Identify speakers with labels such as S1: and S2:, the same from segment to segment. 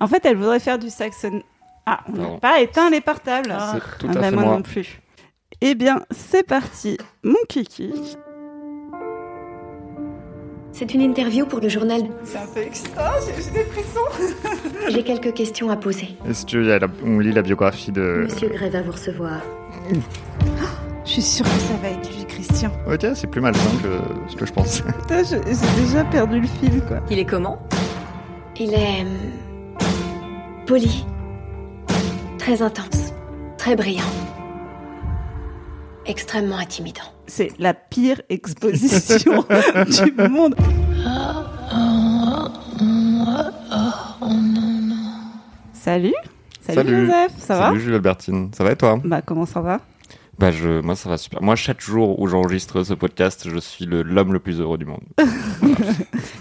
S1: En fait, elle voudrait faire du saxon. Ah, on n'a
S2: Pardon.
S1: pas éteint les portables.
S2: C'est tout
S1: Ah
S2: à
S1: bah,
S2: fait
S1: moi,
S2: moi.
S1: non plus. Eh bien, c'est parti, mon kiki.
S3: C'est une interview pour le journal.
S4: C'est un peu excitant, j'ai j'ai des frissons.
S3: J'ai quelques questions à poser.
S2: Si tu veux, il y a la- on lit la biographie de.
S3: Monsieur Gray va vous recevoir.
S4: Je suis sûre que ça va être lui, Christian.
S2: Ok, c'est plus malsain que ce que je pense.
S1: Putain, je- j'ai déjà perdu le fil, quoi.
S5: Il est comment
S3: Il est. hum, poli. Très intense. Très brillant. Extrêmement intimidant.
S1: C'est la pire exposition du monde. Salut. Salut,
S2: Salut.
S1: Joseph, ça va
S2: Salut Jules Albertine, ça va et toi
S1: Bah comment ça va
S2: Bah je, moi ça va super. Moi chaque jour où j'enregistre ce podcast, je suis le- l'homme le plus heureux du monde.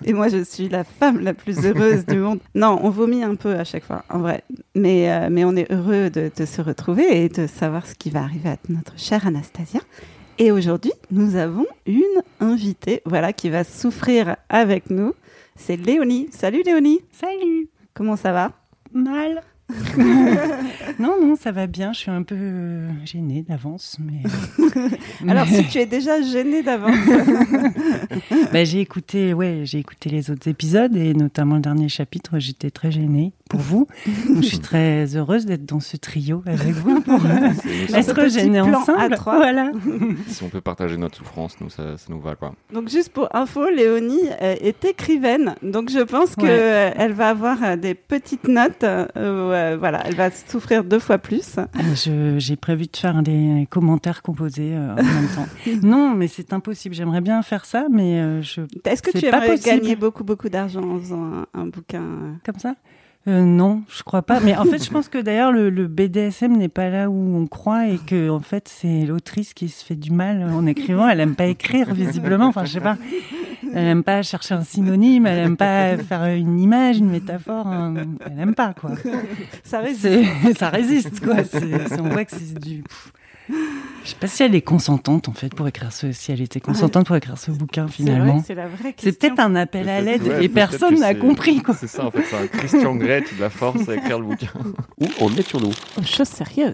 S1: Et moi je suis la femme la plus heureuse du monde. Non, on vomit un peu à chaque fois, en vrai. Mais, euh, mais on est heureux de, de se retrouver et de savoir ce qui va arriver à notre chère Anastasia. Et aujourd'hui, nous avons une invitée, voilà, qui va souffrir avec nous. C'est Léonie. Salut Léonie,
S6: Salut
S1: comment ça va
S6: Mal Non, non, ça va bien, je suis un peu euh, gênée d'avance, mais...
S1: Alors,
S6: mais-
S1: si tu es déjà gênée d'avance,
S6: Bah, j'ai écouté, ouais, j'ai écouté les autres épisodes, et notamment le dernier chapitre, j'étais très gênée pour vous. Donc, je suis très heureuse d'être dans ce trio avec vous pour euh,
S2: C'est-
S1: Dans ce
S6: être
S1: petit
S6: gênée
S1: plan
S6: ensemble.
S1: à trois.
S6: Voilà.
S2: si on peut partager notre souffrance, nous ça, ça nous va quoi.
S1: donc juste pour info, Léonie euh, est écrivaine, donc je pense que
S6: Ouais.
S1: euh, elle va avoir euh, des petites notes. euh, où, euh, voilà, elle va souffrir deux fois plus.
S6: Euh, je- J'ai prévu de faire des commentaires composés euh, en même temps. Non, mais c'est impossible, j'aimerais bien faire ça, mais euh, je...
S1: Est-ce que
S6: C'est
S1: tu
S6: pas
S1: aimerais
S6: possible.
S1: gagner beaucoup beaucoup d'argent en faisant un, un bouquin euh,
S6: Comme ça Euh, non, je crois pas. Mais en fait, je pense que d'ailleurs, le, le BDSM n'est pas là où on croit et que, en fait, c'est l'autrice qui se fait du mal en écrivant. Elle aime pas écrire, visiblement. Enfin, je sais pas. Elle aime pas chercher un synonyme, elle aime pas faire une image, une métaphore. un- Elle aime pas, quoi.
S1: Ça reste.
S6: C'est- Ça résiste, quoi. C'est- c'est- on voit que c'est du. pff. Je sais pas si elle est consentante, en fait, pour écrire ce. Si elle était consentante pour écrire ce bouquin,
S1: C'est vrai,
S6: finalement.
S1: c'est la vraie question.
S6: C'est peut-être un appel à l'aide
S2: Ouais,
S6: et
S2: peut-être
S6: personne
S2: que
S6: n'a
S2: c'est-
S6: compris, quoi.
S2: C'est ça en fait, c'est un Christian Grey qui de la force à écrire le bouquin. Ou on le met sur nous.
S4: Chose sérieuse.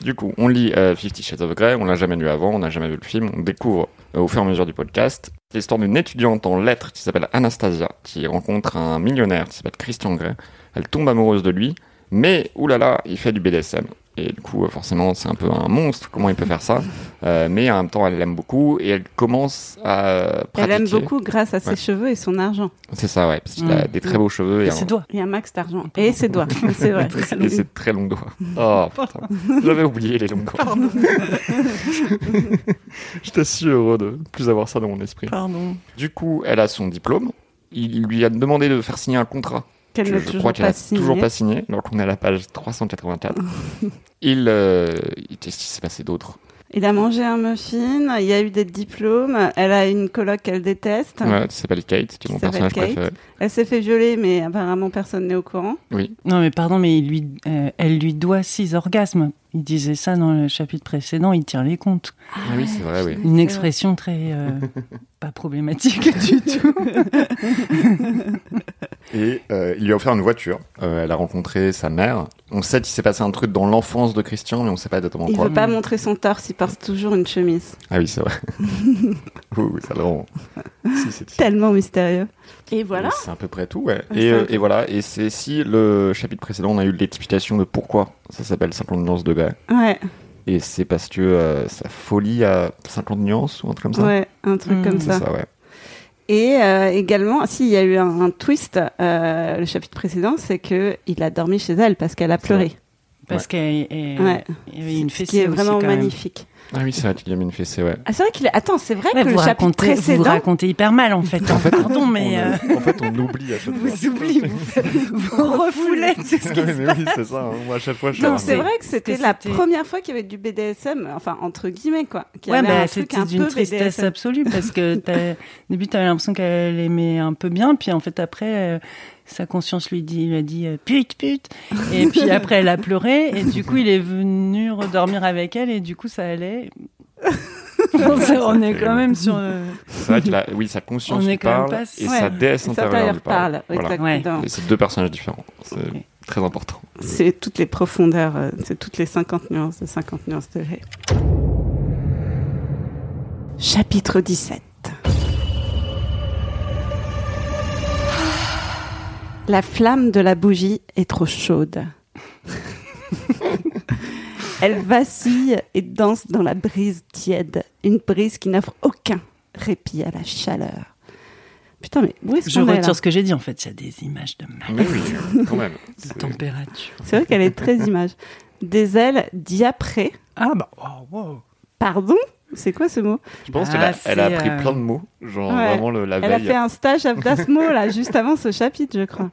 S2: Du coup, on lit euh, Fifty Shades of Grey, on l'a jamais lu avant, on n'a jamais vu le film, on découvre euh, au fur et à mesure du podcast l'histoire d'une étudiante en lettres qui s'appelle Anastasia, qui rencontre un millionnaire qui s'appelle Christian Grey. Elle tombe amoureuse de lui, mais oulala, il fait du BDSM. Et du coup, euh, forcément, c'est un peu un monstre, comment il peut faire ça Euh, Mais en même temps, elle l'aime beaucoup et elle commence à euh, pratiquer.
S1: Elle aime beaucoup grâce à ses
S2: Ouais.
S1: cheveux et son argent.
S2: C'est ça, ouais, parce qu'il a
S6: Mm.
S2: des très beaux cheveux et,
S6: Et
S2: un-
S6: ses doigts.
S1: Et un max d'argent. Et ses doigts. C'est vrai.
S2: et ses très longs doigts. Oh putain, j'avais oublié les longs doigts. J'étais si heureux de plus avoir ça dans mon esprit.
S6: Pardon.
S2: Du coup, elle a son diplôme. Il lui a demandé de faire signer un contrat.
S1: Qu'elle
S2: Je,
S1: n'a
S2: je
S1: toujours,
S2: crois qu'elle
S1: pas
S2: a
S1: signé.
S2: toujours pas signé. Donc on est à la page 384. il, euh, il- qu'est-ce qui s'est passé d'autre
S1: Il a mangé un muffin, il y a eu des diplômes, elle a une coloc qu'elle déteste,
S2: Ouais, qui s'appelle Kate, qui est mon
S1: Qui s'appelle
S2: personnage
S1: Kate.
S2: préféré.
S1: elle s'est fait violer mais apparemment personne n'est au courant.
S2: Oui,
S6: Non, mais pardon, mais il lui, euh, elle lui doit six orgasmes. Il disait ça dans le chapitre précédent, il tire les comptes.
S2: Ah oui c'est vrai, oui.
S6: Une expression très euh, pas problématique du tout.
S2: Et euh, il lui a offert une voiture. Euh, elle a rencontré sa mère. On sait qu'il s'est passé un truc dans l'enfance de Christian, mais on sait pas exactement
S1: Il
S2: quoi.
S1: veut pas montrer son torse, il porte toujours une chemise.
S2: Ah oui, c'est vrai. Ouh, ça le rend. Si, c'est-
S1: Tellement mystérieux. Et voilà.
S2: C'est à peu près tout, ouais.
S1: Ouais,
S2: Et,
S1: c'est
S2: euh,
S1: un peu-
S2: et voilà, et c'est si le chapitre précédent, on a eu l'explication de pourquoi ça s'appelle 50 nuances de gars.
S1: Ouais,
S2: Et c'est parce que euh, sa folie à 50 nuances ou un truc comme ça.
S1: ouais, un truc
S6: Mm.
S1: comme
S2: C'est
S1: ça.
S2: ça, ouais.
S1: Et euh, également, s'il y a eu un, un twist, euh, le chapitre précédent, c'est que il a dormi chez elle parce qu'elle a
S2: C'est
S1: pleuré.
S6: Parce qu'il y
S1: Ouais.
S6: avait une
S1: Ce
S6: fessée
S1: qui est vraiment
S6: aussi, quand même.
S1: magnifique.
S2: Ah oui, c'est vrai qu'il a mis une fessée, ouais.
S1: Ah, c'est vrai qu'il est... Attends, c'est vrai
S6: Ouais,
S1: que
S6: vous,
S1: le chapitre
S6: racontez, vous
S1: précédent...
S6: racontez hyper mal, en fait. pardon, mais
S2: On,
S6: euh,
S2: euh, En fait, on oublie à chaque fois.
S6: vous oubliez, vous, vous refoulez tout ce qui se
S2: Ouais, mais
S6: passe.
S2: oui, c'est ça. hein. Moi, à chaque fois, je
S1: Non,
S2: leur
S1: c'est
S2: dis-
S1: vrai que c'était
S6: que
S1: la
S6: c'était-
S1: première fois qu'il y avait du BDSM, enfin entre guillemets quoi. Qu'il y
S6: Ouais,
S1: avait
S6: bah,
S1: un truc
S6: c'était
S1: un
S6: d'une
S1: peu
S6: tristesse
S1: BDSM.
S6: absolue parce que t'as- au début, tu avais l'impression qu'elle aimait un peu bien, puis en fait, après, euh, sa conscience lui, dit, lui a dit euh, pute, pute, et puis après, elle a pleuré, et du coup, il est venu redormir avec elle, et du coup, ça allait. on est quand même sur. euh,
S2: C'est vrai que là, oui, sa conscience
S6: On est
S2: lui
S6: quand même
S2: parle
S6: pas-
S2: et
S6: Ouais.
S2: sa déesse
S1: Ça
S2: intérieure lui parle.
S1: parle.
S2: Voilà.
S1: exactement.
S2: Et C'est deux personnages différents. C'est
S6: Euh,
S2: très important.
S1: C'est toutes les profondeurs, euh, c'est toutes les 50 nuances de 50 nuances de Grey. Chapitre 17. La flamme de la bougie est trop chaude. Elle vacille et danse dans la brise tiède, une brise qui n'offre aucun répit à la chaleur. Putain, mais où est-ce
S6: Je
S1: qu'on est, là
S6: retire ce que j'ai dit. En fait, il y a des images de mal.
S2: Mais oui, quand même.
S6: La
S2: C'est-
S6: température.
S1: C'est vrai qu'elle est très image. Des ailes diaprées.
S6: Ah bah, wow, wow.
S1: Pardon C'est quoi ce mot
S2: Je pense
S6: Ah,
S2: qu'elle a,
S6: c'est,
S2: elle a appris
S6: euh,
S2: plein de mots, genre
S1: Ouais.
S2: vraiment le, la
S1: Elle a
S2: veille.
S1: fait un stage à Dasmo, là, juste avant ce chapitre, je crois.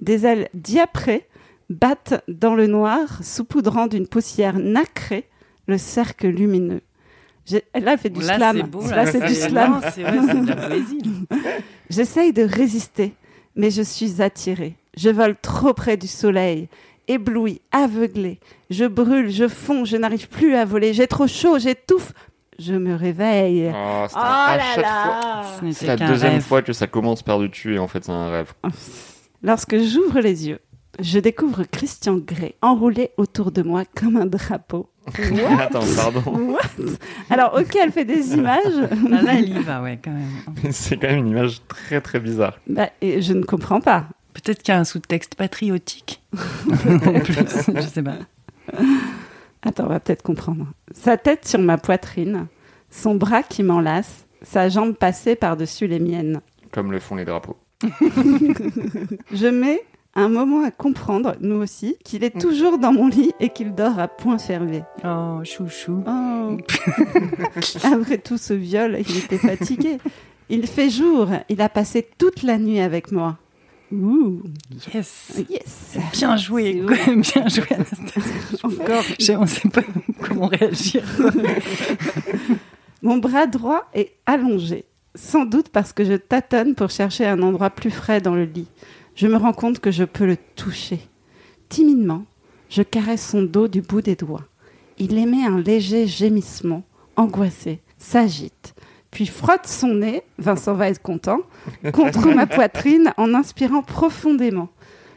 S1: Des ailes diaprées battent dans le noir, saupoudrant d'une poussière nacrée le cercle lumineux. J'ai- Là, elle fait du
S6: Là,
S1: slam.
S6: c'est beau,
S1: Là, c'est du slam.
S6: Non, C'est ouais, c'est de la poésie. là.
S1: J'essaye de résister, mais je suis attirée. Je vole trop près du soleil, éblouie, aveuglée. Je brûle, je fonds, je n'arrive plus à voler. J'ai trop chaud, j'étouffe. Je me réveille.
S2: Oh, c'est
S1: Oh
S2: un- à
S1: là
S2: chaque fois-
S1: là
S6: Ce n'était
S2: C'est la
S6: qu'un
S2: deuxième
S6: rêve.
S2: fois que ça commence par du tu et en fait c'est un rêve.
S1: Lorsque j'ouvre les yeux, je découvre Christian Grey enroulé autour de moi comme un drapeau.
S2: Attends, pardon.
S1: What Alors, ok, elle fait des images.
S6: Ah, là, elle y va, ouais, quand même.
S2: c'est quand même une image très très bizarre.
S1: Bah, et je ne comprends pas.
S6: Peut-être qu'il y a un sous-texte patriotique. en plus, je sais pas.
S1: Attends, on va peut-être comprendre. Sa tête sur ma poitrine, son bras qui m'enlace, sa jambe passée par-dessus les miennes.
S2: Comme le font les drapeaux.
S1: Je mets un moment à comprendre, nous aussi, qu'il est toujours dans mon lit et qu'il dort à point fermé.
S6: Oh, chouchou.
S1: Oh. Après tout ce viol, il était fatigué. Il fait jour, il a passé toute la nuit avec moi. Ouh,
S6: Yes.
S1: yes
S6: Bien joué,
S1: C'est
S6: quoi. bien joué, Anastasie.
S1: Encore.
S6: Je- On sait pas comment réagir.
S1: Mon bras droit est allongé, sans doute parce que je tâtonne pour chercher un endroit plus frais dans le lit. Je me rends compte que je peux le toucher. Timidement, je caresse son dos du bout des doigts. Il émet un léger gémissement, angoissé, s'agite, puis frotte son nez, Vincent va être content, contre ma poitrine en inspirant profondément.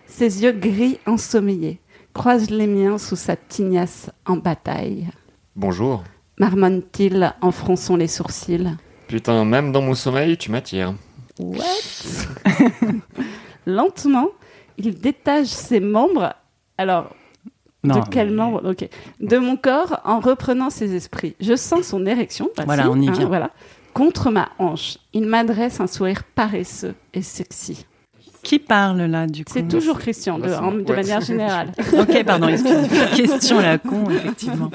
S1: Ses yeux gris ensommeillés croisent les miens sous sa tignasse en bataille.
S2: Bonjour.
S1: Marmonne-t-il en fronçant les sourcils.
S2: Putain, même dans mon sommeil, tu m'attires.
S1: What Lentement, il détache ses membres. Alors,
S6: Non,
S1: de quel
S6: mais-
S1: membre Ok. De mon corps en reprenant ses esprits. Je sens son érection. passer,
S6: Voilà, on y
S1: hein,
S6: vient.
S1: voilà. Contre ma hanche, il m'adresse un sourire paresseux et sexy.
S6: Qui parle là, du coup
S1: C'est toujours Christian,
S6: Bah,
S1: de,
S2: Là, c'est
S1: en-
S2: moi.
S1: de
S2: Ouais.
S1: manière générale.
S6: Ok, pardon, excusez-moi. Question la con, effectivement.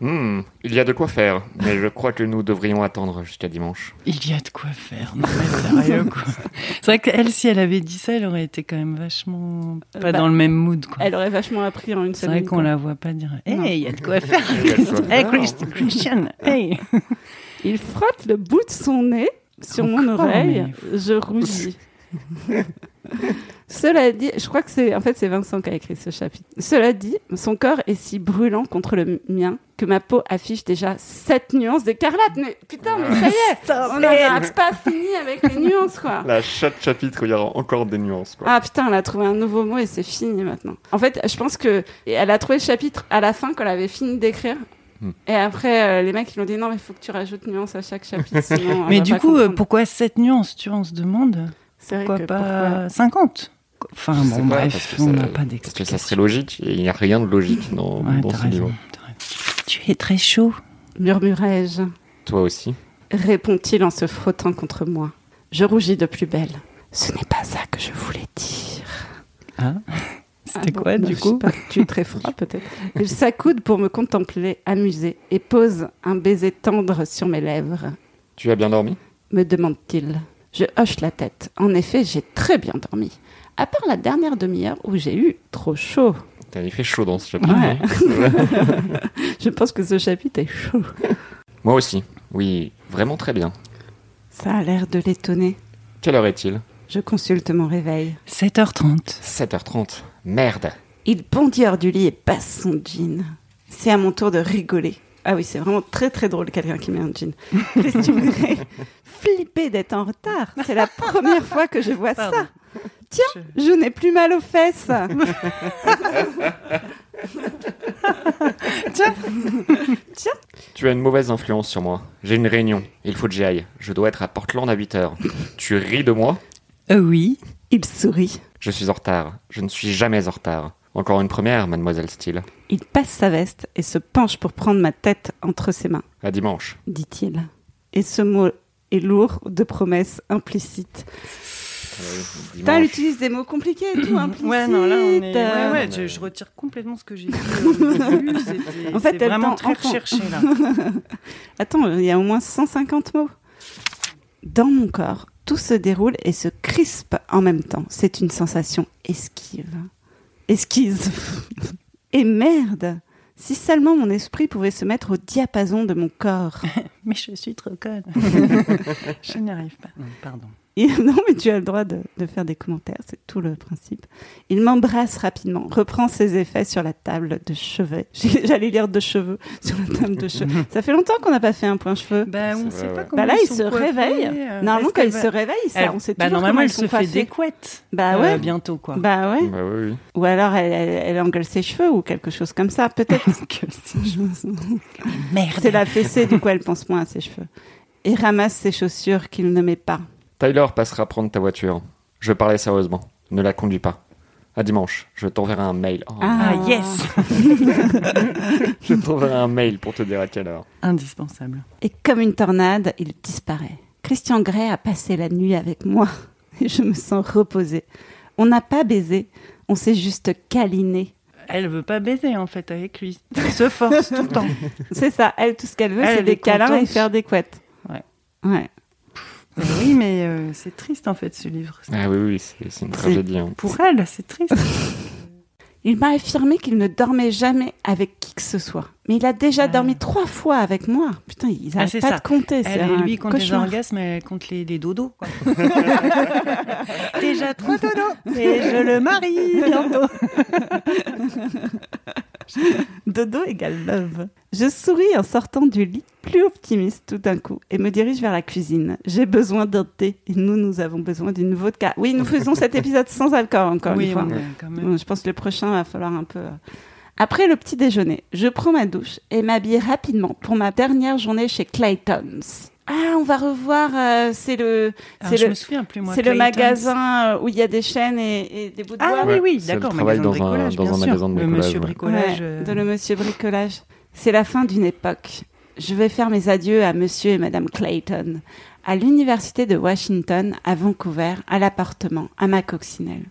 S2: Hmm, il y a de quoi faire, mais je crois que nous devrions attendre jusqu'à dimanche.
S6: Il y a de quoi faire. Non, mais sérieux, quoi. C'est vrai qu'elle, si elle avait dit ça, elle aurait été quand même vachement pas
S1: Bah,
S6: dans le même mood, quoi.
S1: Elle aurait vachement appris en une
S6: C'est
S1: seule
S6: vrai
S1: nuit,
S6: qu'on
S1: quoi.
S6: la voit pas dire Hé,
S1: Non.
S6: il y a de quoi faire
S2: Il y a de quoi
S6: Hé,
S2: faire.
S6: Christian Hey
S1: Il frotte le bout de son nez sur mon
S6: Encore,
S1: oreille. Je rougis. Cela dit, je crois que c'est en fait c'est Vincent qui a écrit ce chapitre. Cela dit, son corps est si brûlant contre le mien que ma peau affiche déjà sept nuances d'écarlate. Mais putain, mais ça y est, on n'a pas fini avec les nuances quoi.
S2: Là, chaque chapitre, il y aura encore des nuances. Quoi.
S1: Ah putain, elle a trouvé un nouveau mot et c'est fini maintenant. En fait, je pense que et elle a trouvé le chapitre à la fin quand elle avait fini d'écrire.
S2: Hmm.
S1: Et après, euh, les mecs, ils l'ont dit non, mais il faut que tu rajoutes nuance à chaque chapitre. Sinon, on
S6: Mais
S1: va
S6: du
S1: pas
S6: coup, euh,
S1: comprendre.
S6: pourquoi cette nuance, tu vois, on se demande
S1: C'est vrai
S6: Pourquoi
S1: que
S6: pas
S1: pourquoi
S6: 50 Enfin,
S2: Je sais
S6: bon,
S2: pas, parce
S6: bref,
S2: que
S6: on
S2: ça-
S6: n'a pas
S2: Parce que ça serait
S6: d'explication.
S2: logique, et il n'y a rien de logique dans,
S6: Ouais,
S2: dans
S6: t'as
S2: ce
S6: raison,
S2: livre.
S6: t'as raison. Tu es très chaud.
S1: murmurai-je.
S2: Toi aussi
S1: Répond-il en se frottant contre moi. Je rougis de plus belle. Ce n'est pas ça que je voulais dire.
S6: C'était
S1: Ah bon,
S6: quoi,
S1: bah,
S6: du
S1: je sais
S6: coup
S1: pas, Tu es très froid peut-être. Il s'accoude pour me contempler, amusé, et pose un baiser tendre sur mes lèvres.
S2: Tu as bien dormi
S1: me demande-t-il. Je hoche la tête. En effet, j'ai très bien dormi. À part la dernière demi-heure où j'ai eu trop chaud.
S2: Putain, Il fait chaud dans ce chapitre.
S1: Ouais.
S2: hein. C'est vrai.
S1: Je pense que ce chapitre est chaud.
S2: Moi aussi. Oui, vraiment très bien.
S1: Ça a l'air de l'étonner.
S2: Quelle heure est-il
S1: Je consulte mon réveil.
S6: 7h30.
S2: 7h30. Merde
S1: Il bondit hors du lit et passe son jean. C'est à mon tour de rigoler. Ah oui, c'est vraiment très très drôle, quelqu'un qui met un jean. Christian Grey, flippé d'être en retard. C'est la première fois que je vois
S6: Pardon.
S1: ça. Tiens, je n'ai plus mal aux fesses.
S2: Tu as une mauvaise influence sur moi. J'ai une réunion. Il faut que j'y aille. Je dois être à Portland à 8 heures. Tu ris de moi
S6: Euh, oui.
S1: Il sourit.
S2: Je suis en retard. Je ne suis jamais en retard. Encore une première, mademoiselle Steele.
S1: Il passe sa veste et se penche pour prendre ma tête entre ses mains,
S2: À dimanche.
S1: dit-il. Et ce mot est lourd de promesses implicites. Putain, elle utilise des mots compliqués et tout, implicites.
S6: Ouais, non, là, on est...
S1: euh,
S6: ouais, ouais, je, je retire complètement ce que j'ai dit. euh, au début. C'était-
S1: En fait,
S6: c'est
S1: elle
S6: vraiment
S1: tend-
S6: très
S1: entend.
S6: recherché, là.
S1: Attends, il y a au moins 150 mots. Dans mon corps, tout se déroule et se crispe en même temps. C'est une sensation esquive. Esquise. Et merde Si seulement mon esprit pouvait se mettre au diapason de mon corps.
S6: Mais je suis trop conne. je n'y arrive pas. Pardon.
S1: Et- non, mais tu as le droit de, de faire des commentaires, c'est tout le principe. Il m'embrasse rapidement, reprend ses effets sur la table de chevet. J'ai- J'allais lire de cheveux sur la table de cheveux. Ça fait longtemps qu'on n'a pas fait un point cheveux.
S6: Bah,
S2: C'est
S6: on
S2: vrai,
S6: sait
S2: ouais.
S6: pas comment
S1: Bah là,
S6: ils
S1: il
S6: sont
S1: se
S6: coiffés,
S1: réveille.
S6: euh,
S1: Normalement,
S6: est-ce
S1: quand
S6: qu'elle
S1: il
S6: va-
S1: se réveille, ça,
S6: Elle-
S1: on sait
S6: bah,
S1: toujours
S6: normalement,
S1: comment
S6: elle
S1: ils sont
S6: se fait des
S1: coiffés.
S6: couettes.
S1: Bah
S6: Euh,
S1: ouais.
S6: bientôt, quoi.
S1: Bah ouais.
S2: Bah oui, oui.
S1: Ou alors elle, elle, elle engueule ses cheveux ou quelque chose comme ça, peut-être.
S6: Merde.
S1: C'est la fessée, du coup elle pense moins à ses cheveux. Et ramasse ses chaussures qu'il ne met pas.
S2: Tyler passera prendre ta voiture. Je parlais sérieusement. Ne la conduis pas. À dimanche. Je t'enverrai un mail. Oh,
S6: Ah, yes
S2: Je t'enverrai un mail pour te dire à quelle heure.
S6: Indispensable.
S1: Et comme une tornade, il disparaît. Christian Grey a passé la nuit avec moi et je me sens reposée. On n'a pas baisé, on s'est juste câliné.
S6: Elle veut pas baiser, en fait, avec lui. Elle se force tout le temps.
S1: C'est ça, elle, tout ce qu'elle veut,
S6: Elle,
S1: c'est
S6: elle
S1: des
S6: est
S1: câlins et
S6: contente.
S1: faire des couettes.
S6: Ouais.
S1: Ouais.
S6: Euh, oui, mais euh, c'est triste, en fait, ce livre.
S2: Ah oui, oui, c'est c'est une
S6: C'est-
S2: tragédie. hein.
S6: Pour elle, c'est triste.
S1: Il m'a affirmé qu'il ne dormait jamais avec qui que ce soit. Mais il a déjà
S6: Ah.
S1: dormi trois fois avec moi. Putain, ils
S6: Ah,
S1: n'arrêtent
S6: c'est
S1: pas
S6: ça.
S1: de compter. C'est
S6: Elle et
S1: un
S6: lui contre les
S1: cauchemar.
S6: orgasmes, elle contre les, les dodos. Quoi. Déjà trois dodos. Et je le marie bientôt.
S1: Dodo égale love. Je souris en sortant du lit, plus optimiste tout d'un coup, et me dirige vers la cuisine. J'ai besoin d'un thé, et nous, nous avons besoin d'une vodka. Oui, nous faisons cet épisode sans alcool, encore une
S6: oui,
S1: fois.
S6: on est quand même.
S1: Bon, Je pense que le prochain va falloir un peu. euh. Après le petit déjeuner, je prends ma douche et m'habille rapidement pour ma dernière journée chez Clayton's. Ah, on va revoir. euh, c'est le,
S6: Alors,
S1: c'est
S6: Ah, je
S1: le,
S6: me souviens plus moi.
S1: c'est le
S6: Clayton's.
S1: magasin euh, où il y a des chaînes et, et des bouts de bois.
S6: Ah
S2: Ouais,
S6: oui, oui,
S2: c'est le
S6: d'accord.
S2: travail
S6: Magasin de
S2: dans un-
S6: bricolage,
S2: dans
S6: bien
S2: un
S6: sûr.
S2: magasin de
S6: Le
S2: bricolage,
S6: monsieur
S2: ouais.
S6: bricolage.
S1: Ouais,
S6: euh,
S1: de le monsieur bricolage. C'est la fin d'une époque. Je vais faire mes adieux à monsieur et madame Clayton, à l'université de Washington, à Vancouver, à l'appartement, à ma coccinelle.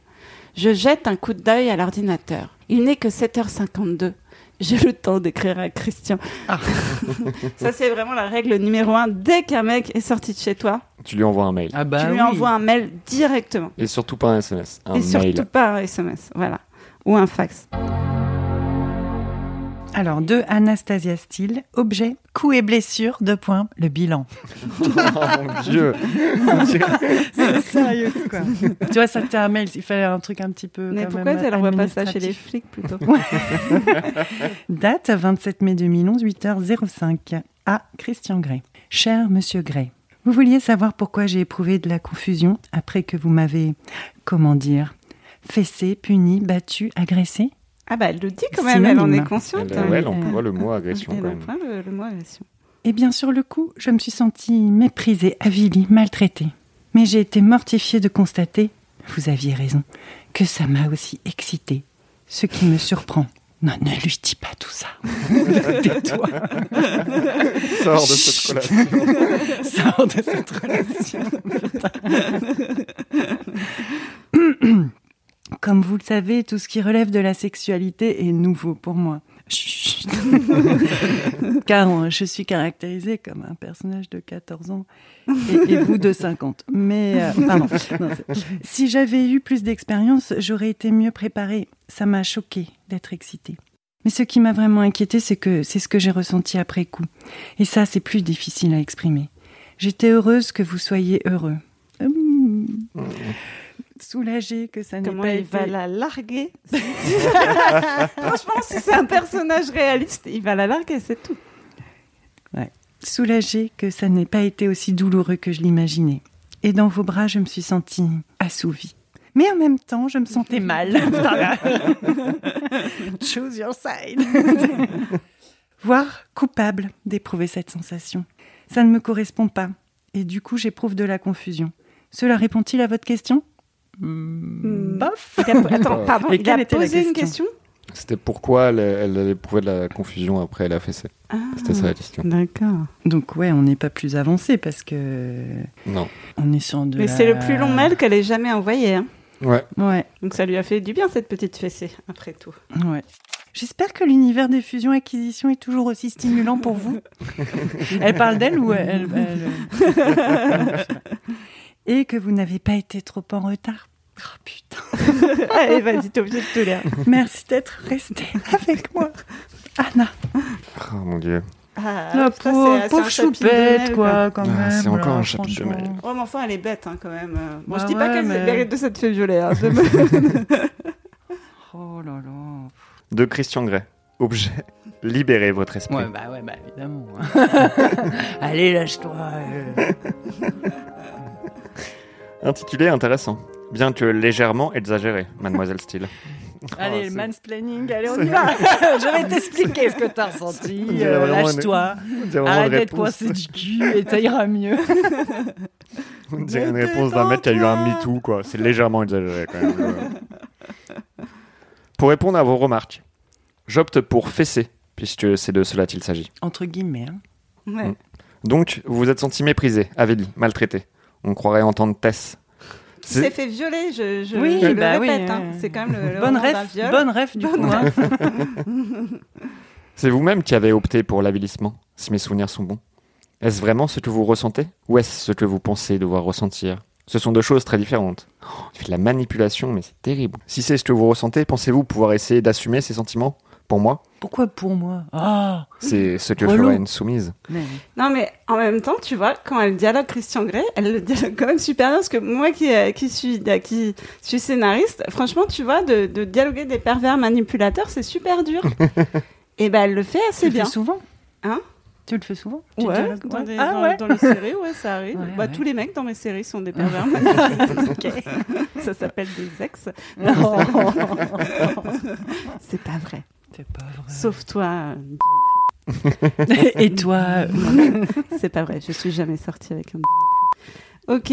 S1: Je jette un coup d'œil à l'ordinateur. Il n'est que 7h52. J'ai le temps d'écrire à Christian.
S6: Ah.
S1: Ça, c'est vraiment la règle numéro un. Dès qu'un mec est sorti de chez toi,
S2: Tu lui envoies un mail.
S6: Ah bah
S1: tu lui
S6: oui.
S1: envoies un mail directement.
S2: Et surtout pas un SMS. Un
S1: et surtout
S2: mail.
S1: pas un SMS. Voilà. Ou un fax.
S6: Alors, de Anastasia Steele, objet, coups et blessures, deux points, le bilan.
S2: oh mon dieu.
S6: C'est sérieux, quoi. tu vois, ça c'était un mail, il fallait un truc un petit peu.
S1: Mais
S6: quand
S1: pourquoi
S6: même
S1: tu n'envoies pas ça chez les
S6: administratif.
S1: flics plutôt
S6: Date 27 mai 2011, 8h05. À Christian Gray. Cher Monsieur Gray, vous vouliez savoir pourquoi j'ai éprouvé de la confusion après que vous m'avez, comment dire, fessé, puni, battu, agressé
S1: Ah bah elle le dit quand même, elle en
S6: Synonyme.
S1: est consciente.
S2: Elle,
S1: hein.
S2: ouais, elle emploie le mot agression
S1: Elle
S2: quand même.
S1: emploie le, le mot agression.
S6: Eh bien, sur le coup, je me suis sentie méprisée, avilie, maltraitée. Mais j'ai été mortifiée de constater, vous aviez raison, que ça m'a aussi excitée. Ce qui me surprend. Non, ne lui dis pas tout ça. Tais-toi.
S2: Sors de cette collation.
S6: Sors de cette relation. putain. Comme vous le savez, tout ce qui relève de la sexualité est nouveau pour moi. Chut. Car euh, je suis caractérisée comme un personnage de 14 ans et, et vous de 50. Mais euh, pardon. Non, c'est- si j'avais eu plus d'expérience, j'aurais été mieux préparée. Ça m'a choquée d'être excitée. Mais ce qui m'a vraiment inquiétée, c'est que c'est ce que j'ai ressenti après coup. Et ça, c'est plus difficile à exprimer. J'étais heureuse que vous soyez heureux. Hum. Soulagée que ça n'ait
S1: Comment
S6: pas
S1: il
S6: été...
S1: va la larguer Franchement, si c'est un personnage réaliste, il va la larguer, c'est tout.
S6: Soulagée que ça n'ait pas été aussi douloureux que je l'imaginais. Et dans vos bras, je me suis sentie assouvie. Mais en même temps, je me sentais mal. Choose your side. Voire coupable d'éprouver cette sensation. Ça ne me correspond pas. Et du coup, j'éprouve de la confusion. Cela répond-il à votre question
S1: Hmm.
S6: Bof.
S1: Il a- Attends, pardon,
S6: Et
S1: il
S6: quelle
S1: a
S6: était la
S1: posé une question
S6: question
S2: C'était pourquoi elle, elle éprouvait de la confusion après la fessée. C'était ça la question.
S1: Ah, D'accord.
S6: Donc ouais, on n'est pas plus avancé parce que
S2: Non.
S6: on est sur de
S1: Mais
S6: la-
S1: c'est le plus long mail qu'elle ait jamais envoyé. hein.
S2: Ouais.
S6: Ouais,
S1: Donc ça lui a fait du bien cette petite fessée, après tout.
S6: ouais. J'espère que l'univers des fusions-acquisitions est toujours aussi stimulant pour vous. elle parle d'elle ou elle... elle- Et que vous n'avez pas été trop en retard. Oh putain.
S1: Allez, vas-y, t'es obligé de te lire.
S6: Merci d'être resté avec moi. Anna.
S2: Oh mon dieu.
S1: Ah, ça,
S6: La
S1: c'est-
S6: pauvre,
S1: c'est
S6: pauvre
S1: un chapitre de mail,
S6: choupette, quoi, quand
S2: Ah,
S6: même.
S2: c'est encore
S6: là,
S2: un chapitre de
S6: franchement.
S2: mail.
S1: Oh, mais enfin, elle est bête hein, quand même. Euh, Bon,
S6: Bah
S1: je dis pas
S6: ouais,
S1: qu'elle
S6: mais-
S1: mérite de s'être fait violer. hein, c'est-
S6: Oh là là.
S2: De Christian Grey. Objet. Libérez votre esprit.
S6: Ouais, bah ouais, bah évidemment. hein. Allez, lâche-toi. euh.
S2: Intitulé intéressant. Bien que légèrement exagéré, mademoiselle Steele.
S6: Allez,
S2: c'est-
S6: le mansplaining, allez, on y va. Je vais t'expliquer ce que t'as ressenti.
S2: On dirait
S6: euh,
S2: vraiment une-
S6: lâche-toi.
S2: On dirait vraiment
S6: Arrête
S2: une
S6: d'être
S2: réponse,
S6: coincé du cul et ça ira mieux.
S2: on dirait une réponse d'un mec qui a eu un MeToo, quoi. C'est légèrement exagéré, quand même. euh. pour répondre à vos remarques, j'opte pour fessé, puisque c'est de cela qu'il s'agit.
S6: Entre guillemets. hein.
S1: Ouais.
S2: Donc, vous vous êtes senti méprisé, avili, maltraité. On croirait entendre Tess.
S1: Il s'est
S2: C'est
S1: fait violer, je, je,
S6: Oui,
S1: je
S6: bah
S1: le
S6: oui,
S1: répète.
S6: euh,
S1: hein. C'est quand même le, le
S6: Bonne
S1: roman d'un
S6: ref,
S1: viol.
S6: bonne ref du coup. hein.
S2: c'est vous-même qui avez opté pour l'avilissement, si mes souvenirs sont bons. Est-ce vraiment ce que vous ressentez Ou est-ce ce que vous pensez devoir ressentir Ce sont deux choses très différentes. Oh, il fait de la manipulation, mais c'est terrible. Si c'est ce que vous ressentez, pensez-vous pouvoir essayer d'assumer ces sentiments Pour moi,
S6: Pourquoi pour moi Ah
S2: c'est ce que
S6: Relou.
S2: ferait une soumise.
S6: mais-
S1: Non, mais en même temps, tu vois, quand elle dialogue Christian Grey, elle le dialogue quand même super bien. Parce que moi qui, euh, qui, suis, euh, qui suis scénariste, franchement, tu vois, de, de dialoguer des pervers manipulateurs, c'est super dur. Et ben, elle le fait
S6: Tu
S1: assez
S6: le fais
S1: bien.
S6: souvent
S1: Hein
S6: Tu le fais souvent Tu
S1: Ouais,
S6: dialogues,
S1: dans,
S6: ouais.
S1: des-
S6: Ah
S1: dans-
S6: ouais
S1: dans les séries, ouais, ça arrive.
S6: Ouais,
S1: bah,
S6: ouais.
S1: Tous les mecs dans mes séries sont des pervers. manipulateurs. Ok. Ça s'appelle des ex. C'est pas vrai.
S6: C'est pas vrai.
S1: Sauf toi. euh,
S6: Et toi
S1: C'est pas vrai. Je suis jamais sortie avec un. Ok.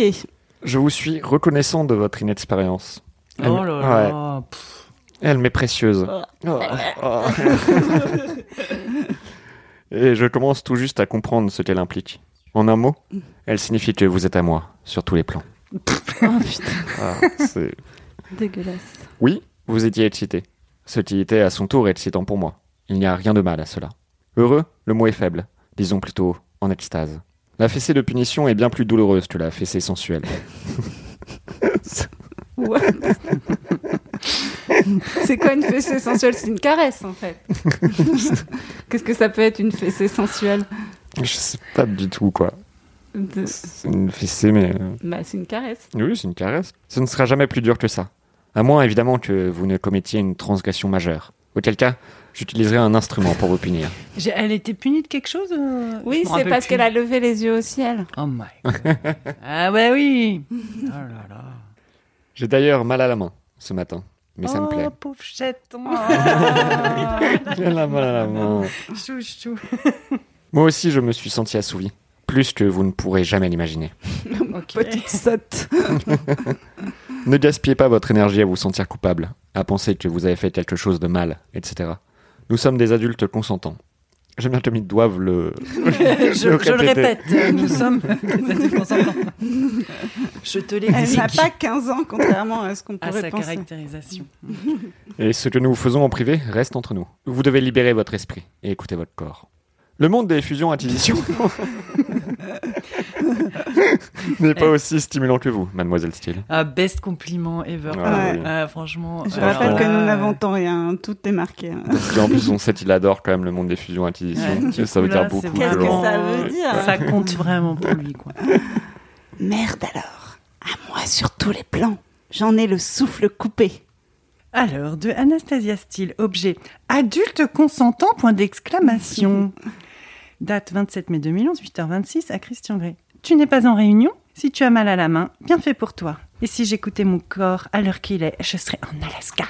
S2: Je vous suis reconnaissant de votre inexpérience. Elle,
S6: Oh là
S2: ouais,
S6: là. pff.
S2: elle m'est précieuse.
S1: Oh.
S2: Oh, oh. Et je commence tout juste à comprendre ce qu'elle implique. En un mot, elle signifie que vous êtes à moi, sur tous les plans.
S1: Oh putain,
S2: Ah, c'est-
S1: dégueulasse.
S2: oui, vous étiez excité. Ce qui était à son tour excitant pour moi. Il n'y a rien de mal à cela. Heureux, le mot est faible. Disons plutôt en extase. La fessée de punition est bien plus douloureuse que la fessée sensuelle.
S1: What c'est quoi une fessée sensuelle C'est une caresse en fait. Qu'est-ce que ça peut être une fessée sensuelle
S2: Je sais pas du tout quoi.
S1: De-
S2: C'est une fessée, mais. euh,
S1: Bah, c'est une caresse.
S2: Oui, c'est une caresse. Ce ne sera jamais plus dur que ça. À moins, évidemment, que vous ne commettiez une transgression majeure. Auquel cas, j'utiliserai un instrument pour vous punir.
S6: J'ai- Elle était punie de quelque chose euh,
S1: Oui,
S6: je me
S1: c'est
S6: rappelle
S1: parce
S6: plus.
S1: qu'elle a levé les yeux au ciel.
S6: Oh my god. ah bah oui Oh là là.
S2: J'ai d'ailleurs mal à la main, ce matin. Mais ça me plaît.
S6: Oh, pauvre chaton
S2: J'ai la mal à la main.
S6: Chouchou
S2: Moi aussi, je me suis senti assouvi. Plus que vous ne pourrez jamais l'imaginer.
S6: Ok.
S1: Petite sotte.
S2: Ne gaspillez pas votre énergie à vous sentir coupable, à penser que vous avez fait quelque chose de mal, etc. Nous sommes des adultes consentants. J'aime bien que ils doivent le...
S6: je, je le
S2: répéter.
S6: répète, euh, nous sommes des adultes consentants. Je te
S1: Elle n'a
S6: l'explique
S1: pas 15 ans, contrairement à ce qu'on
S6: à
S1: pourrait
S6: sa
S1: penser.
S6: caractérisation.
S2: Et ce que nous faisons en privé reste entre nous. Vous devez libérer votre esprit et écouter votre corps. Le monde des fusions-acquisitions n'est pas aussi stimulant que vous, mademoiselle Steele.
S6: Ah, best compliment ever.
S2: Ah,
S1: Ouais.
S2: oui.
S6: Ah, franchement.
S1: Je
S6: euh,
S1: rappelle
S6: alors
S1: que
S6: là,
S1: nous
S6: euh,
S1: n'avons tant rien, hein, tout est marqué. hein.
S2: Parce qu'en plus, on sait qu'il adore quand même le monde des
S6: ouais,
S2: fusions-acquisitions.
S6: du
S2: ça veut
S6: coup,
S2: dire
S6: là,
S2: beaucoup.
S6: c'est
S2: de
S1: Qu'est-ce que
S2: gens.
S6: vraiment-
S1: ça veut dire
S6: Ça compte vraiment pour lui, quoi.
S1: Merde alors, à moi sur tous les plans. J'en ai le souffle coupé.
S6: Alors, de Anastasia Steele, objet adulte consentant, point d'exclamation. date 27 mai 2011, 8h26, à Christian Grey. Tu n'es pas en réunion Si tu as mal à la main, bien fait pour toi. Et si j'écoutais mon corps à l'heure qu'il est, je serais en Alaska.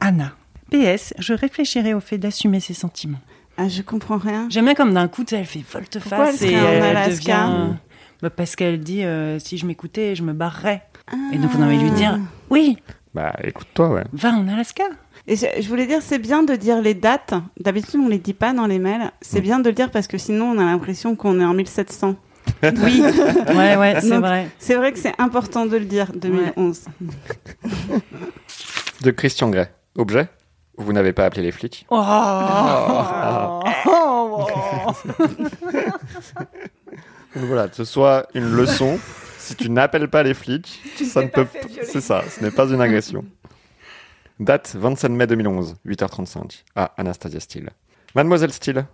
S6: Anna. PS, je réfléchirai au fait d'assumer ses sentiments.
S7: Ah, je comprends rien.
S6: J'aime bien comme d'un coup, tu sais, elle fait
S7: Pourquoi elle
S6: volte-face
S7: serait
S6: et
S7: en
S6: elle
S7: Alaska
S6: devient... Bah, parce qu'elle dit, euh, si je m'écoutais, je me barrerais.
S7: Ah.
S6: Et donc on a envie de lui dire, oui,
S2: Bah écoute-toi, ouais.
S6: va en Alaska.
S7: Et je, je voulais dire, c'est bien de dire les dates. D'habitude, on les dit pas dans les mails. C'est
S2: Mm.
S7: bien de le dire parce que sinon, on a l'impression qu'on est en 1700.
S6: Oui, ouais, ouais, c'est
S7: Donc,
S6: vrai.
S7: C'est vrai que c'est important de le dire, 2011.
S2: De Christian Grey. Objet Vous n'avez pas appelé les flics
S6: Oh,
S2: Donc Voilà, que ce soit une leçon. Si tu n'appelles pas les flics, ça ne peut p- C'est ça, ce n'est pas une agression. Date 27 mai 2011, 8h35, à Anastasia Steele. Mademoiselle Steele,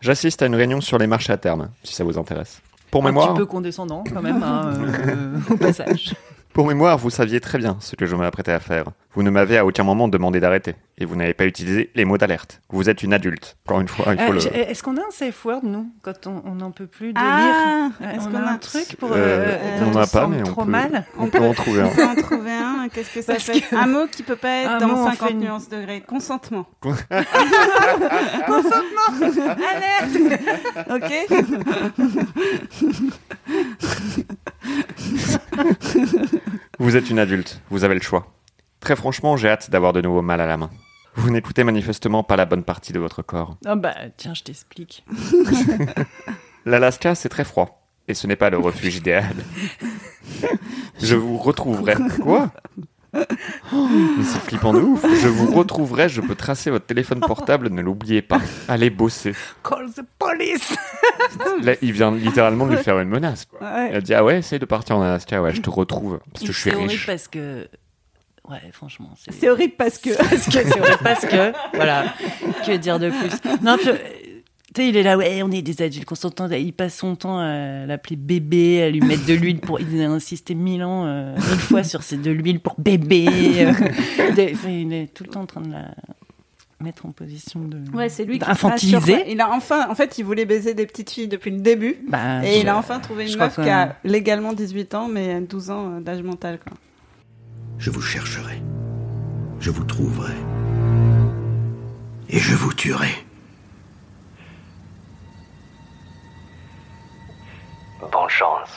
S2: j'assiste à une réunion sur les marchés à terme, si ça vous intéresse. Pour
S6: Un
S2: mémoire,
S6: petit peu condescendant quand même, hein, euh, au passage.
S2: Pour mémoire, vous saviez très bien ce que je m'apprêtais à faire. Vous ne m'avez à aucun moment demandé d'arrêter, et vous n'avez pas utilisé les mots d'alerte. Vous êtes une adulte. Encore une fois, il faut
S6: Euh,
S2: le...
S6: j'ai- Est-ce qu'on a un safe word, nous, quand on n'en peut plus de lire
S7: Ah,
S6: Euh,
S7: est-ce
S6: on
S7: qu'on
S6: a un
S7: a...
S6: truc pour.
S2: Euh,
S6: euh,
S2: on en
S6: quand
S2: a
S6: se
S2: pas,
S6: sent
S2: mais on
S6: trop
S2: peut-
S6: mal.
S2: on peut en trouver un.
S7: On peut en trouver un. Qu'est-ce que ça
S6: Parce
S7: fait
S6: que-
S7: Un mot qui peut pas
S6: Un
S7: être
S6: mot,
S7: dans
S6: on
S7: 50
S6: fait une-
S7: nuances degrés. Consentement.
S6: Alerte
S7: Ok
S2: Vous êtes une adulte, vous avez le choix. Très franchement, j'ai hâte d'avoir de nouveau mal à la main. Vous n'écoutez manifestement pas la bonne partie de votre corps.
S6: Ah bah, tiens, je t'explique.
S2: L'Alaska, c'est très froid, et ce n'est pas le refuge idéal. Je vous retrouverai. Quoi Oh, mais c'est flippant de ouf. Je vous retrouverai, je peux tracer votre téléphone portable, ne l'oubliez pas. Allez bosser.
S6: Call the police
S2: Là, il vient littéralement de lui faire une menace. Quoi.
S7: Ouais.
S2: Il a dit Ah ouais, essaye de partir en Alaska, ouais, je te retrouve. Parce que je suis
S6: C'est horrible
S2: riche.
S6: parce que. Ouais, franchement, c'est.
S7: C'est horrible parce que.
S6: Parce que c'est horrible parce que. Voilà. Que dire de plus Non, je- Tu sais, il est là, ouais, on est des adultes consentants. Il passe son temps à l'appeler bébé, à lui mettre de l'huile pour. Il a insisté mille ans, euh, mille fois sur c'est de l'huile pour bébé. euh. De- enfin, il est tout le temps en train de la mettre en position de.
S7: c'est
S6: qui Infantilisé. crache sur-
S7: Il a enfin, en fait, il voulait baiser des petites filles depuis le début.
S6: Bah,
S7: Et
S6: je-
S7: il a enfin trouvé
S6: je
S7: une
S6: crois
S7: meuf
S6: que-
S7: qui a légalement 18 ans, mais à 12 ans euh, d'âge mental. Quoi.
S5: Je vous chercherai. Je vous trouverai. Et je vous tuerai.
S8: Bonne chance.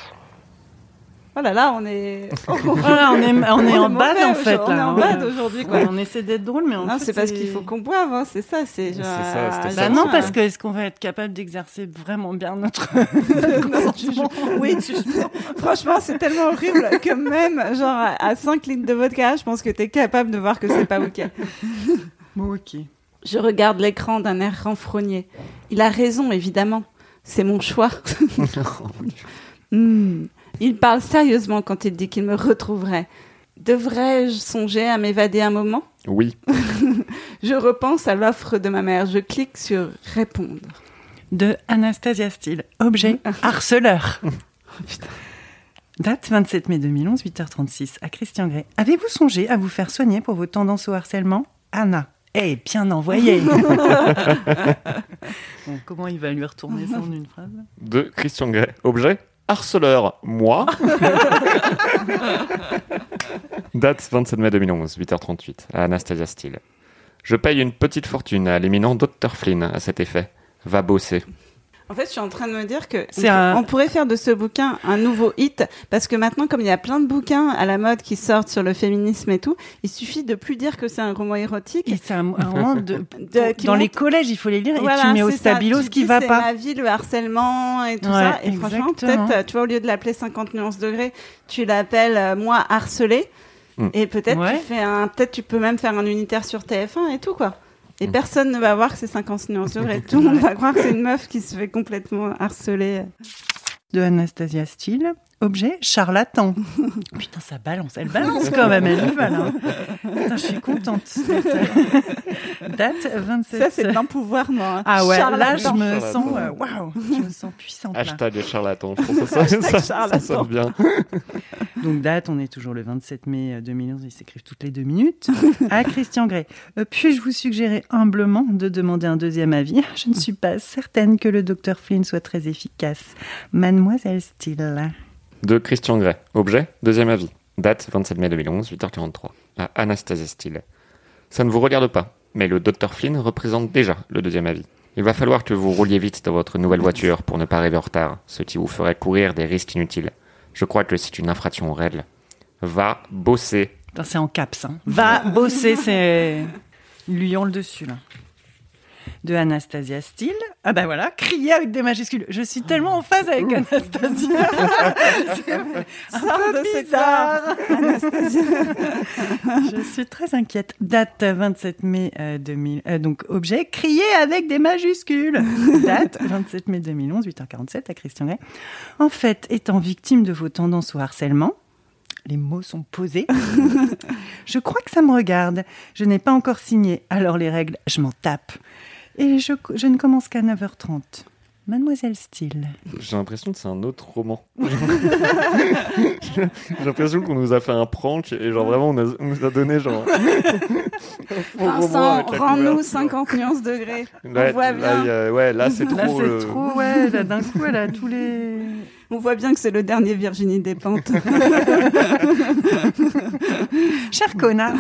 S7: Oh là là, on est.
S6: Voilà, on est, on est en bad
S7: mauvais
S6: en fait.
S7: aujourd'hui, On est
S6: là,
S7: en
S6: hein.
S7: bad aujourd'hui, quoi.
S6: Ouais, on essaie d'être drôle, mais en
S7: Non,
S6: fait,
S7: c'est parce qu'il faut qu'on boive, hein, c'est ça. C'est genre.
S2: ça, c'était
S7: Ah,
S2: ça.
S6: Bah
S7: genre,
S6: non, parce
S7: euh,
S6: que est-ce qu'on va être capable d'exercer vraiment bien notre
S7: jugement.
S6: consentement Oui, jugement.
S7: Franchement, c'est tellement horrible que même, genre, à- à 5 litres de vodka, je pense que t'es capable de voir que c'est pas OK.
S6: Bon, ok.
S7: Je regarde l'écran d'un air renfrogné. Il a raison, évidemment. C'est mon choix. Hmm. Il parle sérieusement quand il dit qu'il me retrouverait. Devrais-je songer à m'évader un moment
S2: Oui.
S7: Je repense à l'offre de ma mère. Je clique sur répondre.
S6: De Anastasia Steele, objet harceleur.
S7: Oh,
S6: Date 27 mai 2011, 8h36, à Christian Grey. Avez-vous songé à vous faire soigner pour vos tendances au harcèlement Anna. Eh, bien envoyé Bon, Comment il va lui retourner ça en une phrase
S2: De Christian Grey. Objet Harceleur, moi. Date 27 mai 2011, 8h38, à Anastasia Steele. Je paye une petite fortune à l'éminent Dr. Flynn à cet effet. Va bosser.
S7: En fait, je suis en train de me dire que on,
S6: C'est
S7: pour-
S6: un-
S7: on pourrait faire de ce bouquin un nouveau hit parce que maintenant, comme il y a plein de bouquins à la mode qui sortent sur le féminisme et tout, il suffit de plus dire que c'est un roman érotique.
S6: Et c'est un, un moment de-
S7: De- qui
S6: dans les
S7: montre-
S6: collèges, il faut les lire et
S7: Voilà,
S6: tu mets au
S7: c'est ça.
S6: stabilo
S7: Tu
S6: ce qui
S7: dis,
S6: va
S7: c'est
S6: pas.
S7: ma vie, le harcèlement et tout
S6: Ouais,
S7: ça. Et franchement,
S6: exactement.
S7: peut-être, euh, tu vois, au lieu de l'appeler 50 nuances degrés, tu l'appelles euh, moi harcelé.
S2: Mm.
S7: Et peut-être
S6: Ouais.
S7: tu fais un, peut-être tu peux même faire un unitaire sur TF1 et tout quoi. Et
S2: Mm.
S7: personne ne va voir que c'est 50 nuances degrés. Tout le monde va croire que c'est une meuf qui se fait complètement harceler.
S6: de Anastasia Steele. Objet charlatan. Putain, ça balance. Elle balance quand même. Elle y va là. Putain, je suis contente. Date 27.
S7: Ça, c'est de l'empouvoirment. hein.
S6: Ah ouais, là, je
S7: Charlatan.
S6: me
S2: Charlatan.
S6: sens. euh, Waouh, je me sens puissante. Là.
S2: Hashtag charlatan. Je pense que ça, ça, ça
S7: charlatan.
S2: sonne bien.
S6: Donc date, on est toujours le 27 mai euh, 2011, ils s'écrivent toutes les deux minutes, à Christian Grey. Euh, Puis-je vous suggérer humblement de demander un deuxième avis Je ne suis pas certaine que le docteur Flynn soit très efficace. Mademoiselle Steele.
S2: De Christian Gray. Objet, deuxième avis. Date 27 mai 2011, 8h43. À Anastasia Steele. Ça ne vous regarde pas, mais le Dr Flynn représente déjà le deuxième avis. Il va falloir que vous rouliez vite dans votre nouvelle voiture pour ne pas arriver en retard, ce qui vous ferait courir des risques inutiles. Je crois que c'est une infraction aux règles. Va bosser.
S6: Putain, c'est en caps. hein. Va bosser, c'est. Ils lui ont le dessus, là. De Anastasia Steele. Ah ben voilà, crier avec des majuscules. Je suis tellement en phase avec Anastasia. c'est un peu bizarre. Je suis très inquiète. Date 27 mai euh, 2000. euh, donc objet, crier avec des majuscules. Date 27 mai 2011, 8h47 à Christian Grey. En fait, étant victime de vos tendances au harcèlement, les mots sont posés. je crois que ça me regarde. Je n'ai pas encore signé, alors les règles, je m'en tape. Et je, je ne commence qu'à 9h30. Mademoiselle Steele.
S2: J'ai l'impression que c'est un autre roman. J'ai l'impression qu'on nous a fait un prank et genre vraiment on, a- on nous a donné genre. un faux roman
S7: Vincent,
S2: avec la
S7: rends-nous
S2: couverture.
S7: 50 nuances degrés.
S2: Là,
S7: voit
S2: là,
S7: bien.
S2: il y a- ouais, là c'est trop.
S6: Là,
S2: euh,
S6: c'est trop, ouais, là, d'un coup, elle a tous les.
S7: On voit bien que c'est le dernier Virginie Despentes.
S6: Cher connard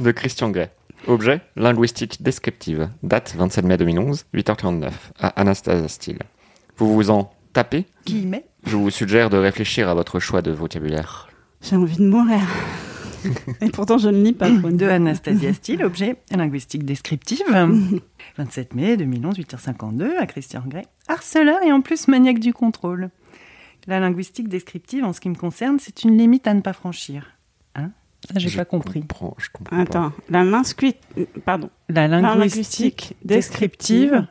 S2: de Christian Gray. Objet linguistique descriptive. Date 27 mai 2011, 8h49 à Anastasia Steele. Vous vous en tapez
S6: Qui y met
S2: Je vous suggère de réfléchir à votre choix de vocabulaire.
S6: Oh,
S7: J'ai envie de mourir. Et pourtant, je ne lis pas. pour une
S6: De
S7: fois.
S6: Anastasia Steele, objet linguistique descriptive. 27 mai 2011, 8h52, à Christian Grey. Harceleur et en plus maniaque du contrôle. La linguistique descriptive, en ce qui me concerne, c'est une limite à ne pas franchir. Hein Ça, j'ai
S2: Je
S6: pas compris.
S2: comprends, je comprends pas.
S7: Attends, la main squeak. Pardon.
S6: La
S7: La
S6: linguistique
S7: linguistique
S6: descriptive.
S7: descriptive.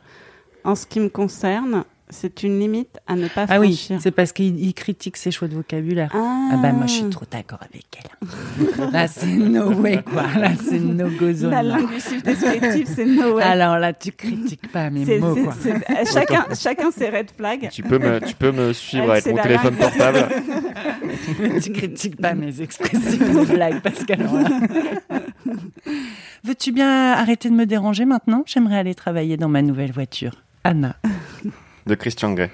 S7: En ce qui me concerne, c'est une limite à ne pas
S6: Ah oui,
S7: franchir.
S6: c'est parce qu'il il critique ses choix de vocabulaire.
S7: Ah,
S6: Ah bah moi je suis trop d'accord avec elle. Là c'est no way quoi, là c'est no go zone.
S7: Ah, La linguistique descriptive, c'est no way.
S6: Alors là tu critiques pas mes
S7: C'est-
S6: mots
S7: c'est-
S6: quoi.
S7: c'est- chacun, chacun ses red flags.
S2: Tu peux me, tu peux me suivre
S7: Elle,
S2: avec
S7: c'est
S2: mon
S7: la
S2: téléphone
S7: langue.
S2: portable
S6: tu critiques pas mes expressions et mes blagues, Pascal. Veux-tu bien arrêter de me déranger maintenant J'aimerais aller travailler dans ma nouvelle voiture. Anna.
S2: de Christian Grey.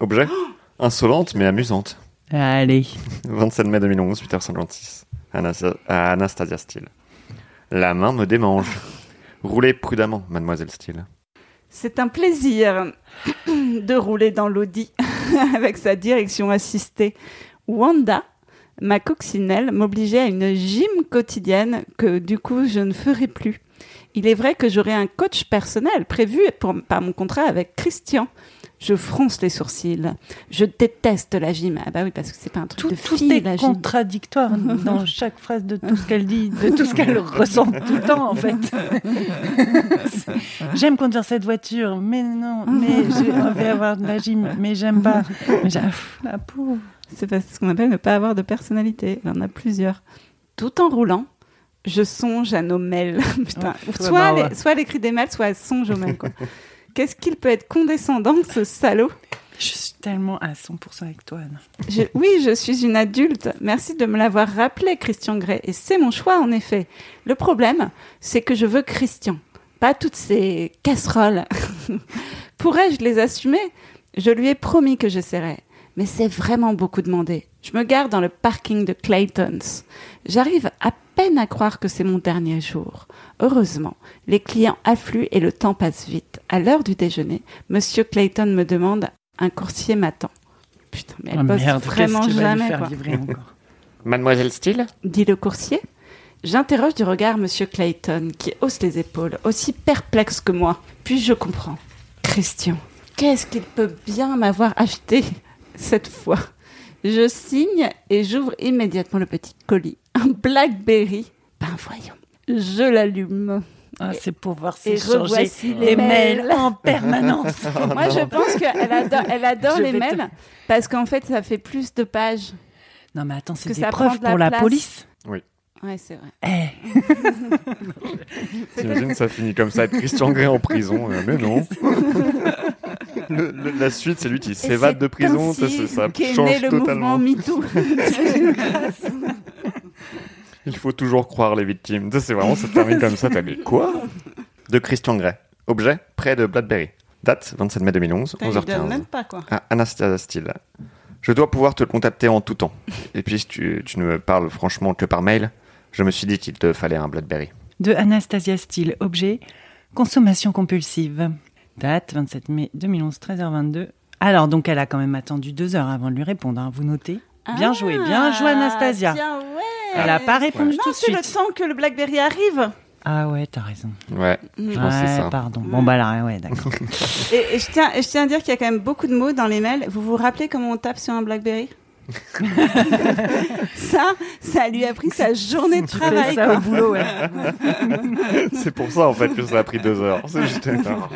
S2: Objet
S7: Oh
S2: insolente mais amusante.
S6: Allez.
S2: 27 mai 2011, 8h56, Anas- à Anastasia Steele. La main me démange. Roulez prudemment, mademoiselle Steele.
S7: C'est un plaisir de rouler dans l'Audi avec sa direction assistée. Wanda, ma coccinelle, m'obligeait à une gym quotidienne que du coup je ne ferai plus. Il est vrai que j'aurai un coach personnel prévu pour- par mon contrat avec Christian. Je fronce les sourcils. Je déteste la gym. Ah bah oui, parce que c'est pas un truc
S6: Tout,
S7: de
S6: tout
S7: fille,
S6: est
S7: la gym.
S6: contradictoire dans chaque phrase de tout ce qu'elle dit, de tout ce qu'elle ressent tout le temps, en fait. j'aime conduire cette voiture, mais non, mais je vais avoir de la gym, mais j'aime pas. Mais j'ai- ah, pff, la pauvre.
S7: Ah, C'est pas- c'est ce qu'on appelle ne pas avoir de personnalité. Il en a plusieurs. Tout en roulant, je songe à nos mails. Putain.
S6: Oh, ouais,
S7: soit,
S6: bah,
S7: les-
S6: ouais.
S7: soit elle écrit des mails, soit elle songe aux mails. quoi. Qu'est-ce qu'il peut être condescendant, ce salaud
S6: Je suis tellement à 100% avec toi, Anna.
S7: Je- Oui, je suis une adulte. Merci de me l'avoir rappelé, Christian Grey. Et c'est mon choix, en effet. Le problème, c'est que je veux Christian. Pas toutes ces casseroles. Pourrais-je les assumer Je lui ai promis que j'essaierais. Mais c'est vraiment beaucoup demandé. Je me gare dans le parking de Clayton's. J'arrive à peine à croire que c'est mon dernier jour. Heureusement, les clients affluent et le temps passe vite. À l'heure du déjeuner, Monsieur Clayton me demande un coursier m'attend. Putain, mais elle
S6: Ah,
S7: bosse
S6: merde,
S7: vraiment
S6: qu'est-ce qu'il va lui
S7: jamais.
S6: faire
S7: quoi.
S6: livrer encore
S2: Mademoiselle Steele
S7: dit le coursier. J'interroge du regard Monsieur Clayton, qui hausse les épaules, aussi perplexe que moi. Puis je comprends. Christian, qu'est-ce qu'il peut bien m'avoir acheté cette fois Je signe et j'ouvre immédiatement le petit colis. Un Blackberry. Ben voyons. Je l'allume.
S6: Ah, c'est pour voir
S7: Et
S6: changer
S1: Ah.
S7: revoici
S6: les
S7: les
S6: mails
S7: mails
S6: en permanence.
S7: Moi, je pense qu'elle adore, elle adore
S6: Je
S7: les
S6: vais te-
S7: mails parce qu'en fait, ça fait plus de pages.
S6: Non, mais attends, c'est
S7: Que
S6: des
S7: ça
S6: preuves
S7: prend de la
S6: pour la
S7: place.
S6: police.
S7: Ouais, c'est vrai.
S6: Eh,
S2: T'imagines, ça finit comme ça, Christian Grey en prison. euh, mais non. le- le- la suite, c'est lui qui
S1: Et
S2: s'évade
S1: c'est
S2: de prison,
S1: comme
S2: ça,
S1: si
S2: c'est- ça
S1: qu'est né
S2: change
S1: le
S2: totalement.
S1: mouvement MeToo.
S2: Il faut toujours croire les victimes. Tu sais, C'est vraiment, ça termine comme ça. T'as mais quoi De Christian Grey. Objet, près de Blackberry. Date, 27 mai 2011,
S1: Putain, Il donne
S2: 11h15.
S1: même pas, quoi.
S2: À Anastasia Steele. Je dois pouvoir te contacter en tout temps. Et puis, si tu, tu ne me parles franchement que par mail, je me suis dit qu'il te fallait un Blackberry.
S6: De Anastasia Steele, objet consommation compulsive. Date 27 mai 2011, 13h22. Alors, donc, elle a quand même attendu deux heures avant de lui répondre. hein, Vous notez Bien joué, bien joué,
S1: Ah,
S6: Anastasia.
S1: tiens, ouais.
S6: Elle n'a pas répondu tout
S1: Non,
S6: de
S1: c'est
S6: suite.
S1: le temps que le Blackberry arrive.
S6: Ah ouais, t'as raison.
S2: Ouais, je pense que c'est
S6: Ouais,
S2: ça.
S6: pardon. Bon, bah là, ouais, d'accord.
S1: Et, et je, tiens, et je tiens à dire qu'il y a quand même beaucoup de mots dans les mails. Vous vous rappelez comment on tape sur un Blackberry Ça, ça lui a pris sa journée de travail.
S6: ça
S1: quoi.
S6: au boulot, ouais.
S2: C'est pour ça, en fait, que ça a pris deux heures. C'est juste énorme.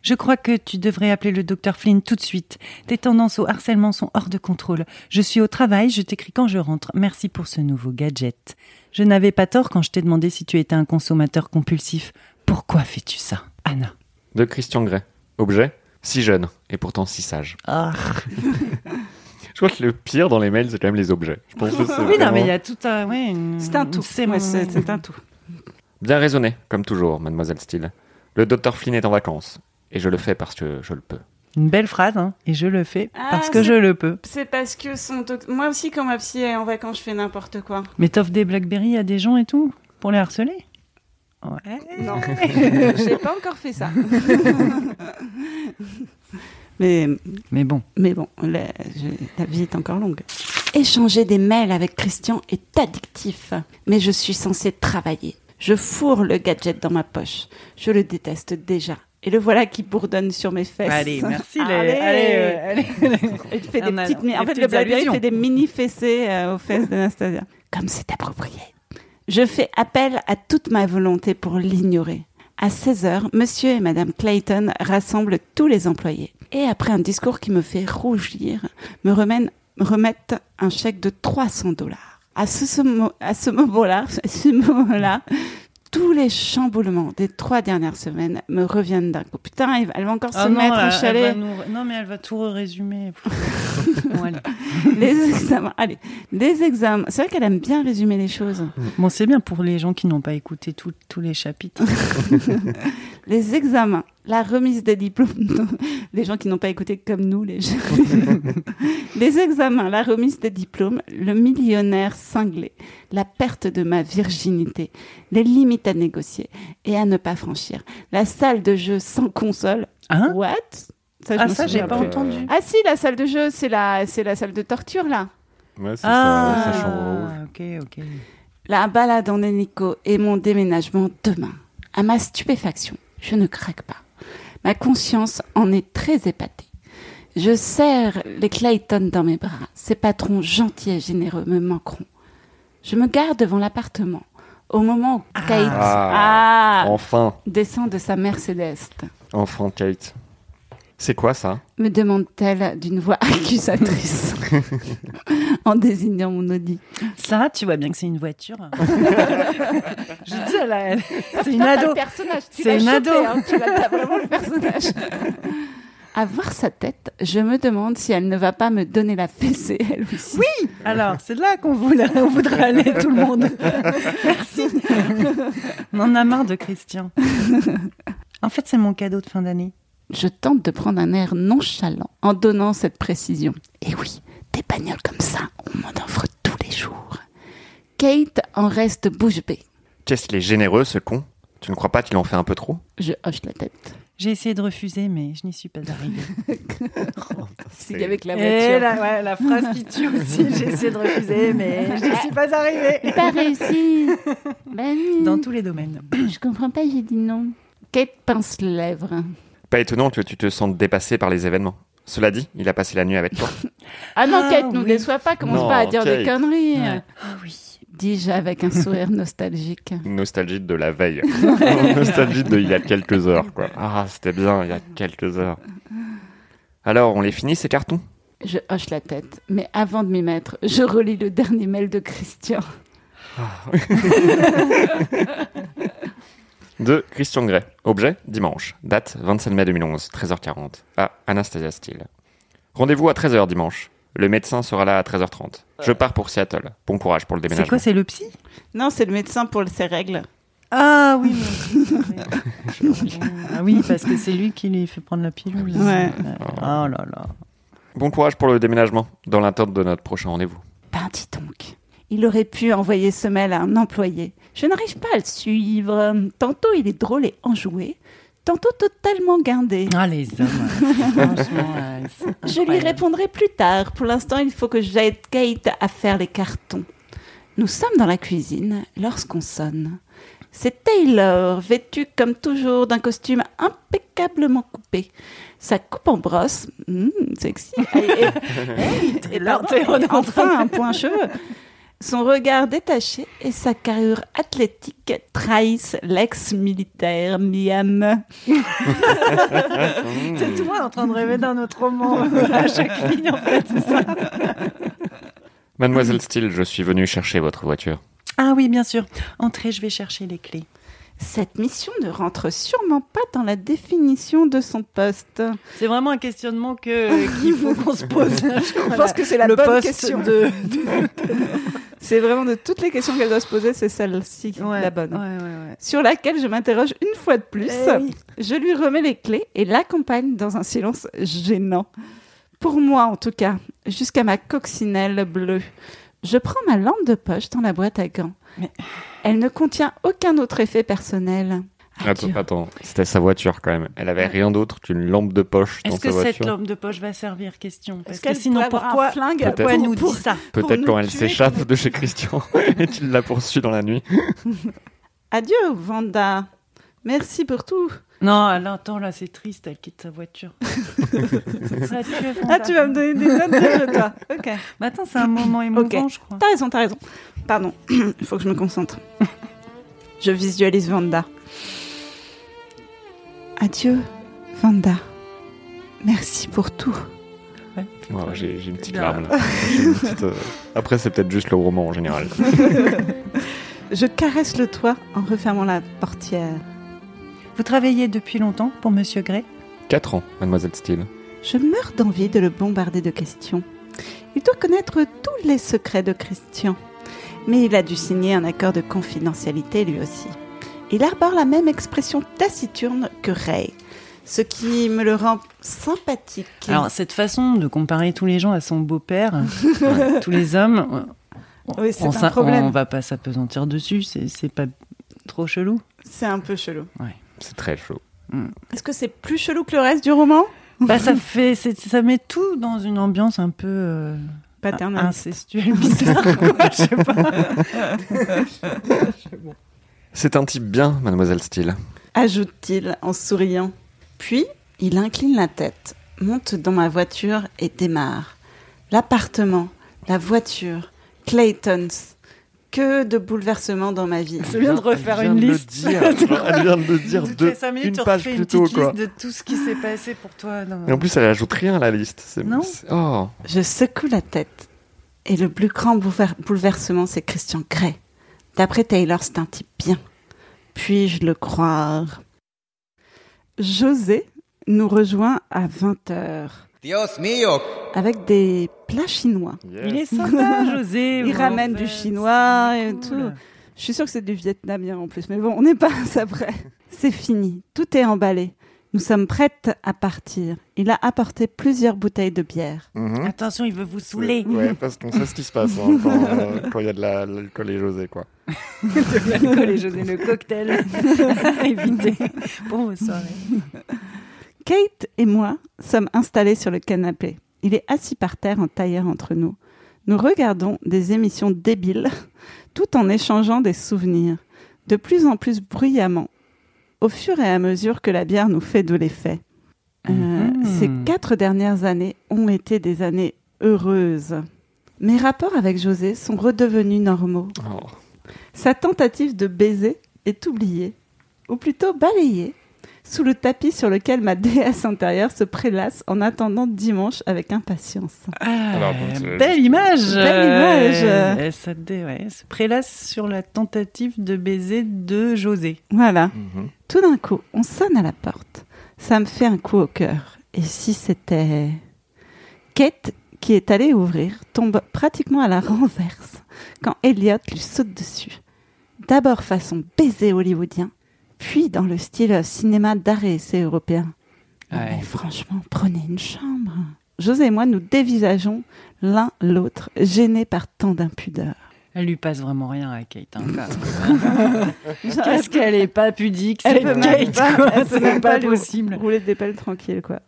S6: Je crois que tu devrais appeler le docteur Flynn tout de suite. Tes tendances au harcèlement sont hors de contrôle. Je suis au travail, je t'écris quand je rentre. Merci pour ce nouveau gadget. Je n'avais pas tort quand je t'ai demandé si tu étais un consommateur compulsif. Pourquoi fais-tu ça, Anna
S2: De Christian Grey. Objet, si jeune et pourtant si sage.
S6: Ah.
S2: Je crois que le pire dans les mails, c'est quand même les objets. Je pense que c'est
S6: Oui, non, mais
S2: vraiment
S6: il y a tout un. Ouais, une-
S1: C'est un tout.
S6: une
S1: C'est
S6: série.
S1: c'est c'est un tout.
S2: Bien raisonné, comme toujours, mademoiselle Steele. Le docteur Flynn est en vacances. Et je le fais parce que je le peux.
S6: Une belle phrase, hein. Et je le fais
S1: Ah,
S6: parce que
S1: c'est-
S6: je le peux.
S1: C'est parce que son doc- moi aussi, quand ma psy est en vacances, je fais n'importe quoi.
S6: Mais t'offres des Blackberry à des gens et tout Pour les harceler Ouais.
S1: Non, j'ai pas encore fait ça. mais,
S6: Mais bon.
S1: mais bon, la, je- la vie est encore longue. Échanger des mails avec Christian est addictif. Mais je suis censée travailler. Je fourre le gadget dans ma poche. Je le déteste déjà. Et le voilà qui bourdonne sur mes fesses.
S6: Bah, Allez, merci. les-
S1: Allez.
S6: allez, euh, allez.
S1: Il fait des
S6: On a-
S1: petites,
S6: des
S1: en fait, le
S6: petites
S1: Blackberry
S6: allusions.
S1: fait des mini fessées euh, aux fesses d'Anastasia. Comme c'est approprié. Je fais appel à toute ma volonté pour l'ignorer. À 16 heures, monsieur et madame Clayton rassemblent tous les employés. Et après un discours qui me fait rougir, me remènent- me remettent un chèque de 300 dollars. À ce, ce mo- à ce moment-là, à ce moment-là, tous les chamboulements des trois dernières semaines me reviennent d'un coup. Putain, elle va- elle va encore
S6: Ah
S1: se
S6: non,
S1: mettre
S6: elle-
S1: au
S6: elle
S1: chalet.
S6: va nous- Non, mais elle va tout résumer. bon, allez.
S1: Les examens. Allez, les examens. C'est vrai qu'elle aime bien résumer les choses.
S6: Bon, c'est bien pour les gens qui n'ont pas écouté tout- tous les chapitres.
S1: Les examens, la remise des diplômes. Non, Les gens qui n'ont pas écouté comme nous, les gens. les examens, la remise des diplômes, le millionnaire cinglé, la perte de ma virginité, les limites à négocier et à ne pas franchir, la salle de jeu sans console.
S6: Hein
S1: What ça, je
S6: Ah,
S1: me
S6: ça, j'ai
S1: souviens
S6: pas
S1: plus.
S6: entendu.
S1: Ah si, la salle de jeu, c'est la, c'est la salle de torture là.
S2: Ouais, c'est
S6: Ah, ok, ok.
S1: La balade en hélico et mon déménagement demain. À ma stupéfaction, je ne craque pas. Ma conscience en est très épatée. Je serre les Clayton dans mes bras. Ces patrons gentils et généreux me manqueront. Je me gare devant l'appartement au moment où Kate
S2: Ah.
S1: Ah,
S2: Enfin,
S1: descend de sa Mercedes.
S2: enfin, Kate. C'est quoi ça
S1: Me demande-t-elle d'une voix accusatrice en désignant mon Audi.
S6: Ça, tu vois bien que c'est une voiture. Je dis, elle a- elle- c'est une ado.
S1: personnage.
S6: tu C'est l'as une chopé, ado. hein,
S1: tu vraiment le personnage. À voir sa tête, je me demande si elle ne va pas me donner la fessée, elle aussi. Oui
S6: Alors, c'est là qu'on voulait- on voudrait aller, tout le monde. Merci. On en a marre de Christian. En fait, c'est mon cadeau de fin d'année.
S1: Je tente de prendre un air nonchalant en donnant cette précision. Et oui, des bagnoles comme ça, on m'en offre tous les jours. Kate en reste bouche bée.
S2: Qu'est-ce qu'il est généreux, ce con Tu ne crois pas qu'il en fait un peu trop
S1: Je hoche la tête.
S6: J'ai essayé de refuser, mais je n'y suis pas arrivée.
S1: S'il y avait que la
S6: Et
S1: voiture.
S6: la, ouais, la phrase qui tue aussi, j'ai essayé de refuser, mais je n'y suis pas arrivée.
S1: Pas réussi Ben oui.
S6: Dans tous les domaines.
S1: Je comprends pas, j'ai dit non. Kate pince les lèvres.
S2: Pas étonnant que tu te sentes dépassé par les événements. Cela dit, il a passé la nuit avec toi.
S1: Ah non,
S6: Ah,
S1: Kate, nous
S6: oui.
S1: déçois pas, commence
S2: Non,
S1: pas à dire des
S2: Kate.
S1: conneries. hein.
S6: Ouais.
S1: Dis-je avec un sourire nostalgique.
S2: Nostalgie de la veille. Nostalgie de il y a quelques heures, quoi. Ah, c'était bien, il y a quelques heures. Alors, on les finit, ces cartons
S1: Je hoche la tête, mais avant de m'y mettre, je relis le dernier mail de Christian.
S2: de Christian Grey. Objet, dimanche. Date, 27 mai 2011, 13h40, à Anastasia Steele. Rendez-vous à 13h dimanche. Le médecin sera là à 13h30. Je pars pour Seattle. Bon courage
S1: Eh
S2: pour le
S1: ben,
S6: C'est
S2: déménagement.
S6: quoi, c'est le psy
S1: Non, c'est le médecin pour ses règles.
S6: Ah oui, mais- ah oui, parce que c'est lui qui lui fait prendre la pilule.
S1: Ouais.
S6: Oh là là.
S2: bon courage pour le déménagement, dans l'attente de notre prochain rendez-vous.
S1: Ben, dis donc. Il aurait pu envoyer ce mail à un employé. Je n'arrive pas à le suivre. Tantôt il est drôle et enjoué, tantôt totalement guindé.
S6: Ah les hommes, franchement. euh, c'est
S1: Je lui
S6: incroyable.
S1: répondrai plus tard. Pour l'instant, il faut que j'aide Kate à faire les cartons. Nous sommes dans la cuisine lorsqu'on sonne. C'est Taylor, vêtue comme toujours d'un costume impeccablement coupé. Sa coupe en brosse, hmm, sexy, et, et- et-
S6: Taylor,
S1: pardon,
S6: t'es
S1: et
S6: redondante.
S1: enfin un point cheveux. Son regard détaché et sa carrure athlétique trahissent l'ex-militaire Miam.
S6: C'est toi en train de rêver d'un autre roman à chaque ligne en fait, c'est ça Mm.
S2: Mademoiselle Steele, je suis venu chercher votre voiture.
S6: Ah oui, bien sûr. Entrez, je vais chercher les clés.
S1: Cette mission ne rentre sûrement pas dans la définition de son poste.
S6: C'est vraiment un questionnement que qu'il faut qu'on se pose.
S1: Je pense que c'est la
S6: le
S1: bonne
S6: poste
S1: question.
S6: de.
S1: C'est vraiment de toutes les questions qu'elle doit se poser, c'est celle-ci
S6: Ouais,
S1: la bonne.
S6: Ouais, ouais, ouais.
S1: Sur laquelle je m'interroge une fois de plus.
S6: Eh oui.
S1: Je lui remets les clés et l'accompagne dans un silence gênant. Pour moi, en tout cas, jusqu'à ma coccinelle bleue. Je prends ma lampe de poche dans la boîte à gants.
S6: Mais-
S1: Elle ne contient aucun autre effet personnel.
S6: Ah,
S2: Attends,
S1: Adieu.
S2: attends, c'était sa voiture quand même. Elle avait rien d'autre qu'une lampe de poche dans
S6: Est-ce que
S2: sa
S6: cette
S2: voiture.
S6: lampe de poche va servir Question. Parce
S1: Est-ce
S6: que
S1: qu'elle
S6: sinon,
S1: pourrait avoir un
S6: pourquoi,
S1: flingue
S2: Peut-être.
S6: pourquoi elle nous
S1: pour-
S6: dit ça
S1: pour
S2: Peut-être
S1: nous
S2: quand elle
S1: tuer,
S2: s'échappe de chez Christian et qu'il la poursuit dans la nuit.
S1: Adieu, Vanda. Merci pour tout.
S6: Non, elle attend là, c'est triste, elle quitte sa voiture. Ça tue,
S1: Ah, tu vas me donner des notes de toi. Ok.
S6: Mais attends, c'est un moment émouvant, je crois.
S1: T'as raison, t'as raison. Pardon, il faut que je me concentre. je visualise Vanda. Adieu, Vanda. Merci pour tout.
S2: Ouais, j'ai j'ai une petite
S6: Bien.
S2: larme là. J'ai une petite, euh, Après, c'est peut-être juste le roman en général.
S1: Je caresse le toit en refermant la portière.
S6: Vous travaillez depuis longtemps pour Monsieur Gray
S2: 4 ans, Mademoiselle Steele.
S1: Je meurs d'envie de le bombarder de questions. Il doit connaître tous les secrets de Christian. Mais il a dû signer un accord de confidentialité lui aussi. Il arbore la même expression taciturne que Ray, ce qui me le rend sympathique.
S6: Alors, cette façon de comparer tous les gens à son beau-père, euh, tous les hommes, euh,
S1: Oui, c'est
S6: on,
S1: un
S6: s'in-
S1: problème.
S6: on va pas s'apesantir dessus, c'est c'est pas trop chelou.
S1: C'est un peu chelou.
S2: C'est très chaud.
S1: Est-ce que c'est plus chelou que le reste du roman
S6: Bah, ça, fait, c'est- ça met tout dans une ambiance un peu euh,
S1: Paternel.
S6: incestuelle, bizarre, quoi, je sais pas.
S2: C'est un type bien, Mademoiselle Steele.
S1: Ajoute-t-il en souriant. Puis, il incline la tête, monte dans ma voiture et démarre. L'appartement, la voiture, Clayton's. Que de bouleversements dans ma vie.
S6: Je viens de refaire une liste.
S2: elle vient de le dire
S6: Toutes
S2: deux,
S6: les cinq minutes,
S2: une
S6: tu
S2: page
S6: refais
S2: plus tôt.
S6: petite
S2: Quoi.
S6: liste de tout ce qui s'est passé pour toi. dans-
S2: Et en plus, elle ajoute rien à la liste. C'est-
S6: Non.
S2: c'est- Oh,
S1: Je secoue la tête. Et le plus grand boulever- bouleversement, c'est Christian Grey. D'après Taylor, c'est un type bien. Puis-je le croire José nous rejoint à 20h
S9: Dios mío.
S1: avec des plats chinois.
S6: Il est sympa, José.
S1: Il
S6: ouais, en
S1: ramène du chinois et tout. Je suis sûre que c'est du vietnamien en plus, mais bon, on n'est pas à ça près. C'est fini, tout est emballé. Nous sommes prêtes à partir. Il a apporté plusieurs bouteilles de bière.
S2: Mhm.
S6: Attention, il veut vous saouler.
S2: Ouais, parce qu'on sait ce qui se passe hein, quand euh, quand il y a de la- l'alcool et José, quoi.
S6: L'alcool et José, le cocktail. Évitez. Bon, bonne soirée.
S1: Kate et moi sommes installés sur le canapé. Il est assis par terre en tailleur entre nous. Nous regardons des émissions débiles tout en échangeant des souvenirs, de plus en plus bruyamment, au fur et à mesure que la bière nous fait de l'effet. Euh,
S6: Mhm.
S1: Ces quatre dernières années ont été des années heureuses. Mes rapports avec José sont redevenus normaux.
S2: Oh.
S1: Sa tentative de baiser est oubliée, ou plutôt balayée, sous le tapis sur lequel ma déesse intérieure se prélasse en attendant dimanche avec impatience.
S6: Ah,
S2: Alors, bon, c'est-
S6: belle image
S1: Belle
S6: euh,
S1: image.
S6: euh, ça dé- ouais, se prélasse sur la tentative de baiser de José.
S1: Voilà.
S2: Mhm.
S1: Tout d'un coup, on sonne à la porte. Ça me fait un coup au cœur. Et si c'était... Kate, qui est allée ouvrir, tombe pratiquement à la renverse quand Elliot lui saute dessus. D'abord façon baiser hollywoodien, puis dans le style cinéma d'art et essai européen. Non,
S9: Ouais.
S1: mais franchement, prenez une chambre. José et moi nous dévisageons l'un l'autre, gênés par tant d'impudeur.
S6: Elle lui passe vraiment rien à Kate. hein.
S1: J'aurais
S6: Qu'est-ce qu'elle est pas pudique,
S1: Elle
S6: cette
S1: peut même
S6: Kate,
S1: pas-
S6: quoi,
S1: elle peut
S6: c'est
S1: même
S6: pas,
S1: pas lui-
S6: possible.
S1: roulé des pelles tranquilles, quoi.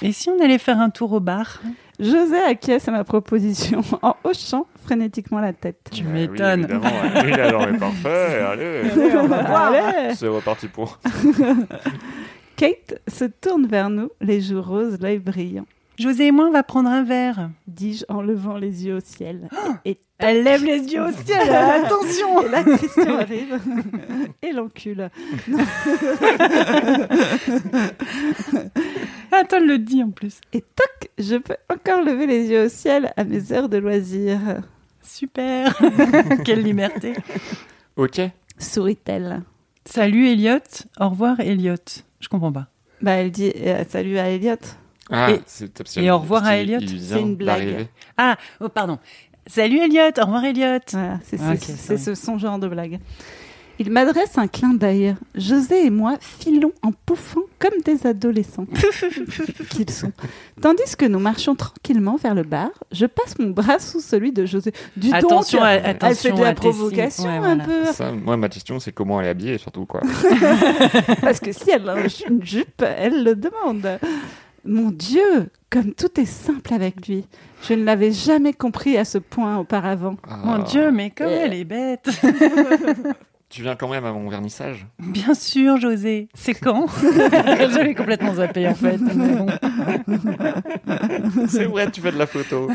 S6: Et si on allait faire un tour au bar
S1: José acquiesce à ma proposition en hochant frénétiquement la tête.
S6: Tu
S2: Euh,
S6: m'étonnes.
S2: Oui, évidemment, ouais. Oui, alors, mais parfait, allez,
S1: Allez.
S2: c'est reparti pour.
S1: Kate se tourne vers nous, les joues roses, l'œil brillant,
S6: José et moi, on va prendre un verre.
S1: dis-je en levant les yeux au ciel. Et,
S6: Elle lève les yeux au ciel, attention
S1: et là, Christian arrive et l'encule.
S6: Attends, elle le dit en plus.
S1: Et toc, je peux encore lever les yeux au ciel à mes heures de loisirs.
S6: Super Quelle liberté
S2: Ok.
S1: Sourit-elle.
S6: Salut Elliot, au revoir Elliot. Je comprends pas.
S1: Bah, elle dit euh, salut à Elliot.
S2: Ah,
S6: Et-
S2: c'est
S6: et au revoir à Elliot.
S1: C'est une blague.
S6: Ah, oh pardon. Salut Elliot, au revoir Elliot.
S1: Voilà, c'est
S6: Ah,
S1: c'est-
S6: ok,
S1: c'est
S6: sorry.
S1: ce son genre de blague. Il m'adresse un clin d'œil. José et moi filons en pouffant comme des adolescents qu'ils sont. Tandis que nous marchons tranquillement vers le bar, je passe mon bras sous celui de José. Du
S6: attention,
S1: donc,
S6: à-
S2: elle fait
S1: elle fait
S6: attention
S1: de la
S6: à tes signes.
S1: provocation
S6: Ouais,
S1: un
S6: voilà.
S1: peu.
S2: Ça, moi, ma question, c'est comment elle est habillée, surtout, quoi.
S1: Parce que si elle a une jupe, elle le demande. Mon Dieu, comme tout est simple avec lui. Je ne l'avais jamais compris à ce point auparavant.
S6: Mon
S2: Ah.
S6: Dieu, mais comme
S1: Euh.
S6: elle est bête
S2: Tu viens quand même à mon vernissage
S6: Bien sûr, José. C'est quand Je l'ai complètement zappé, en fait. mais bon.
S2: C'est vrai, tu fais de la photo.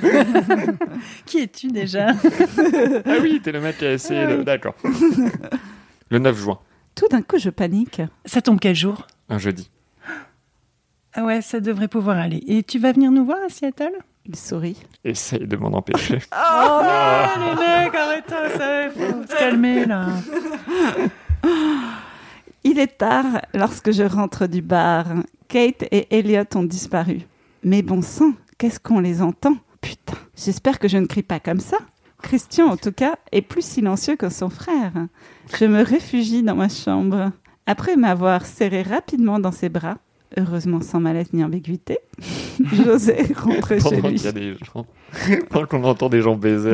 S6: Qui es-tu déjà
S2: ah oui, t'es le mec qui a essayé. de- D'accord. Le 9 juin,
S1: Tout d'un coup, je panique.
S6: Ça tombe quel jour
S2: un jeudi.
S6: Ah ouais, ça devrait pouvoir aller. Et tu vas venir nous voir à Seattle
S1: Il sourit.
S2: Essaye de m'en empêcher.
S6: Oh non, les mecs, arrêtez, ça faut se calmer, là.
S1: Il est tard lorsque je rentre du bar. Kate et Elliot ont disparu. Mais bon sang, qu'est-ce qu'on les entend Putain, j'espère que je ne crie pas comme ça. Christian, en tout cas, est plus silencieux que son frère. Je me réfugie dans ma chambre. Après m'avoir serré rapidement dans ses bras, heureusement sans malaise ni ambiguïté, José rentre chez
S2: Pendant
S1: lui.
S2: qu'il y a des gens. Pendant qu'on entend des gens baiser.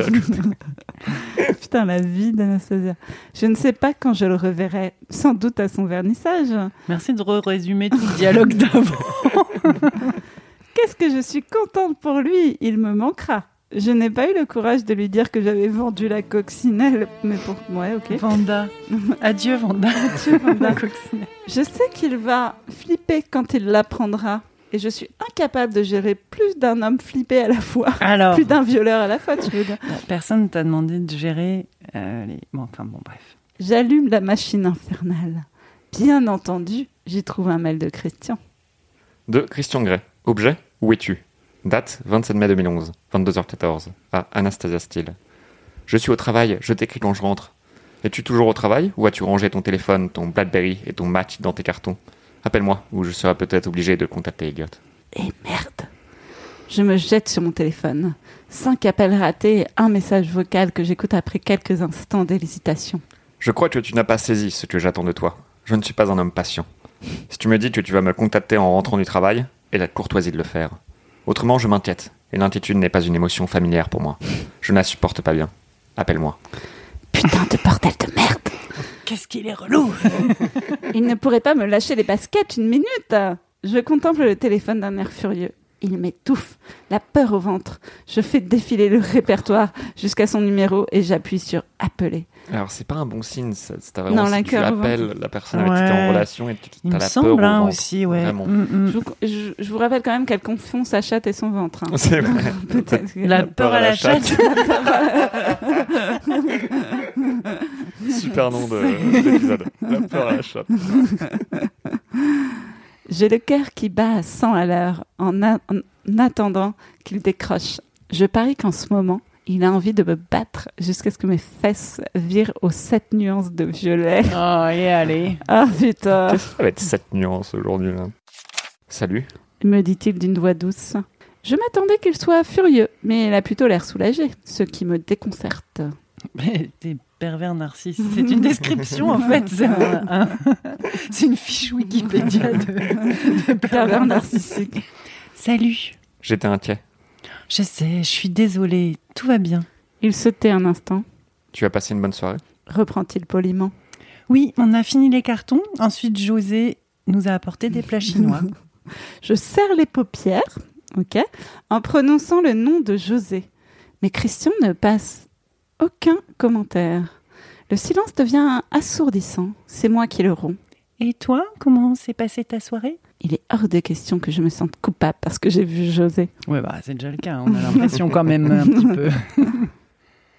S1: Putain, la vie d'Anastasia. Je ne sais pas quand je le reverrai, sans doute à son vernissage.
S6: Merci de résumer tout le dialogue d'avant.
S1: Qu'est-ce que je suis contente pour lui, il me manquera. Je n'ai pas eu le courage de lui dire que j'avais vendu la coccinelle, mais pour moi, ok.
S6: Vanda. Adieu, Vanda. Adieu, Vanda.
S1: Je sais qu'il va flipper quand il l'apprendra, et je suis incapable de gérer plus d'un homme flippé à la fois,
S6: Alors,
S1: plus d'un violeur à la fois, tu veux dire.
S6: personne t'a demandé de gérer euh, les... Bon, enfin, bon, bref.
S1: J'allume la machine infernale. Bien entendu, j'y trouve un mail de Christian.
S2: De Christian Gray. Objet, où es-tu Date, 27 mai 2011, 22h14, à Anastasia Steele. Je suis au travail, je t'écris quand je rentre. Es-tu toujours au travail ou as-tu rangé ton téléphone, ton Blackberry et ton match dans tes cartons Appelle-moi ou je serai peut-être obligé de contacter Elliot.
S1: Et merde Je me jette sur mon téléphone. Cinq appels ratés et un message vocal que j'écoute après quelques instants d'hésitation.
S2: Je crois que tu n'as pas saisi ce que j'attends de toi. Je ne suis pas un homme patient. Si tu me dis que tu vas me contacter en rentrant du travail, et la courtoisie de le faire. Autrement, je m'inquiète, et l'inquiétude n'est pas une émotion familière pour moi. Je ne la supporte pas bien. Appelle-moi.
S1: Putain de bordel de merde
S6: Qu'est-ce qu'il est relou
S1: Il ne pourrait pas me lâcher les baskets une minute Je contemple le téléphone d'un air furieux. Il m'étouffe, la peur au ventre. Je fais défiler le répertoire jusqu'à son numéro et j'appuie sur appeler.
S2: Alors, c'est pas un bon signe, ça. c'est vraiment
S1: Non, la
S2: si tu
S1: cœur au
S2: appelles la personne avec qui
S6: Ouais.
S2: tu es en relation et que tu as
S6: Il me
S2: la peur
S6: semble,
S2: au
S6: hein,
S2: ventre.
S6: aussi, ouais.
S2: Vraiment.
S6: Mm, mm.
S1: Je vous, je- je vous rappelle quand même qu'elle confond sa chatte et son ventre. hein.
S2: C'est vrai.
S1: Peut-être que-
S6: La peur à la chatte.
S2: Super nom de de l'épisode. La peur à la chatte.
S1: J'ai le cœur qui bat à 100 à l'heure en, a- en attendant qu'il décroche. Je parie qu'en ce moment, il a envie de me battre jusqu'à ce que mes fesses virent aux sept nuances de violet.
S9: Oh, allez, allez.
S1: Ah putain
S2: Qu'est-ce que ça va être cette nuance aujourd'hui là Salut.
S1: me dit-il d'une voix douce. Je m'attendais qu'il soit furieux, mais il a plutôt l'air soulagé, ce qui me déconcerte.
S6: Mais T'es pervers narcissique. C'est une description en fait. C'est un- un- c'est une fiche Wikipédia de, de
S1: Pervers narcissique.
S6: Salut.
S2: J'étais inquiet.
S6: Je sais, je suis désolée. Tout va bien.
S1: Il se tait un instant,
S2: Tu as passé une bonne soirée
S1: reprend-il poliment.
S6: Oui, on a fini les cartons. Ensuite, José nous a apporté des plats chinois.
S1: Je serre les paupières, ok, en prononçant le nom de José. Mais Christian ne passe aucun commentaire. Le silence devient assourdissant. C'est moi qui le romps.
S6: Et toi, comment s'est passée ta soirée
S1: Il est hors de question que je me sente coupable parce que j'ai vu José.
S6: Oui, bah, c'est déjà le cas. On a l'impression quand même un petit peu.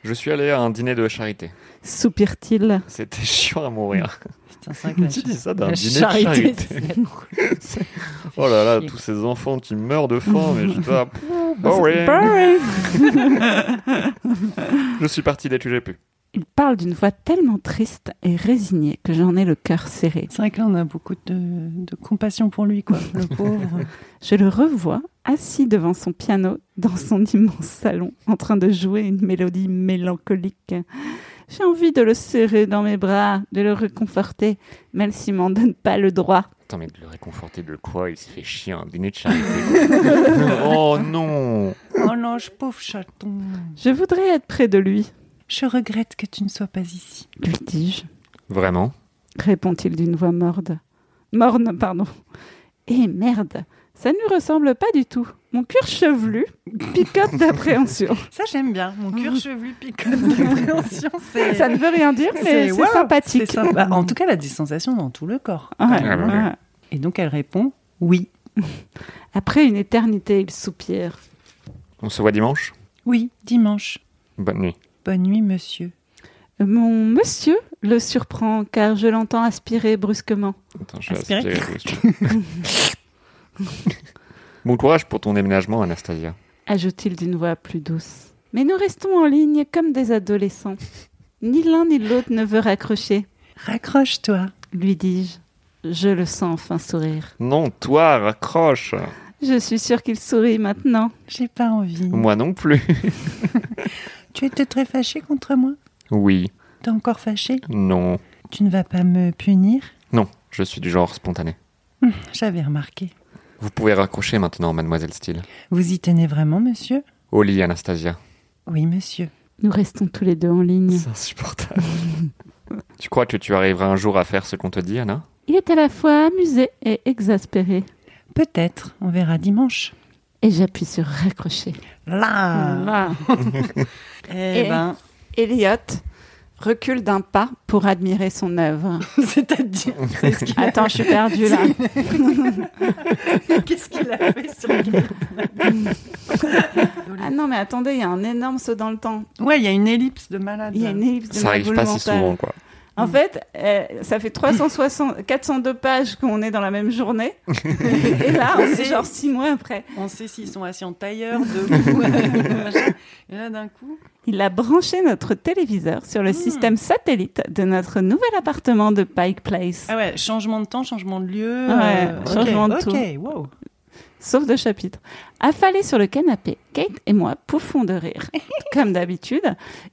S2: Je suis allé à un dîner de charité.
S1: Soupire-t-il.
S2: C'était chiant à mourir.
S6: Putain, c'est vrai que la
S2: tu dis
S6: cha-
S2: ça d'un
S6: la
S2: dîner
S6: charité,
S2: de
S6: c'est-
S2: charité.
S6: ça fait
S2: Oh là là,
S6: chier.
S2: tous ces enfants qui meurent de faim, mais Oh je sais pas.
S1: Oh, bah,
S2: Boring.
S1: Boring.
S2: Je suis parti dès que j'ai pu.
S1: Il parle d'une voix tellement triste et résignée que j'en ai le cœur serré.
S6: C'est vrai que là, on a beaucoup de, de compassion pour lui, quoi. Le pauvre.
S1: Je le revois assis devant son piano dans son immense salon en train de jouer une mélodie mélancolique. J'ai envie de le serrer dans mes bras, de le réconforter, même s'il m'en donne pas le droit.
S2: Attends, mais de le réconforter de quoi Il se fait chier à un dîner de charité. oh non
S6: Oh non, je pauvre chaton.
S1: Je voudrais être près de lui,
S6: Je regrette que tu ne sois pas ici.
S1: lui dis-je,
S2: Vraiment
S1: répond-il d'une voix morne. Morne, pardon. Eh merde, ça ne lui ressemble pas du tout. Mon cuir chevelu picote d'appréhension.
S6: Ça, j'aime bien. Mon cuir chevelu picote d'appréhension. C'est
S1: Ça ne veut rien dire, mais c'est
S6: wow,
S1: sympathique.
S6: c'est sympa. En tout cas, elle a des sensations dans tout le corps.
S1: Ouais,
S2: Ah, bah,
S1: ouais.
S6: Et donc, elle répond oui.
S1: Après une éternité, il soupire.
S2: On se voit dimanche
S6: Oui, dimanche.
S2: Bonne nuit.
S6: Bonne nuit, monsieur.
S1: Mon monsieur le surprend car je l'entends aspirer brusquement.
S2: Attends, je vais
S6: Aspirer.
S2: aspirer. oui. bon courage pour ton déménagement, Anastasia.
S1: Ajoute-t-il d'une voix plus douce. Mais nous restons en ligne comme des adolescents. Ni l'un ni l'autre ne veut raccrocher,
S6: Raccroche-toi.
S1: lui dis-je. Je le sens enfin sourire.
S2: Non, toi, raccroche
S1: Je suis sûre qu'il sourit maintenant.
S6: J'ai pas envie.
S2: Moi non plus.
S6: Tu étais très fâché contre moi.
S2: Oui,
S6: T'es encore fâché
S2: non.
S6: Tu ne vas pas me punir
S2: Non, je suis du genre spontané.
S6: J'avais remarqué.
S2: Vous pouvez raccrocher maintenant, mademoiselle Steele.
S6: Vous y tenez vraiment, monsieur
S2: Au lit, Anastasia.
S6: Oui, monsieur.
S1: Nous restons tous les deux en
S6: Mm.
S1: ligne.
S2: C'est insupportable. tu crois que tu arriveras un jour à faire ce qu'on te dit, Anna
S1: Il est à la fois amusé et exaspéré.
S6: Peut-être. On verra dimanche.
S1: Et j'appuie sur raccrocher.
S6: Là
S1: Voilà.
S6: Eh
S1: Et-
S6: ben,
S1: Ah. Elliot recule d'un pas pour admirer son œuvre.
S6: c'est-à-dire, c'est ce qu'il a-
S1: Attends, je suis perdue là.
S6: qu'est-ce qu'il a fait sur le-
S1: Ah non, mais attendez, il y a un énorme saut dans le temps.
S6: Ouais, il y a une ellipse de malade.
S1: Il y a une ellipse de
S2: Ça arrive
S1: ma
S2: pas
S1: boule
S2: si
S1: mentale.
S2: souvent, quoi.
S1: En fait, euh, ça fait 360, 402 pages qu'on est dans la même journée. Et là, on est genre six mois après.
S6: On sait s'ils sont assis en tailleur, debout. Et là, d'un coup...
S1: Il a branché notre téléviseur sur le système satellite de notre nouvel appartement de Pike Place.
S6: Ah ouais, changement de temps, changement de lieu.
S1: Ouais,
S6: euh,
S1: changement
S6: ok,
S1: de
S6: Ok, wow.
S1: sauf de chapitre. Affalés sur le canapé, Kate et moi pouffons de rire, comme d'habitude,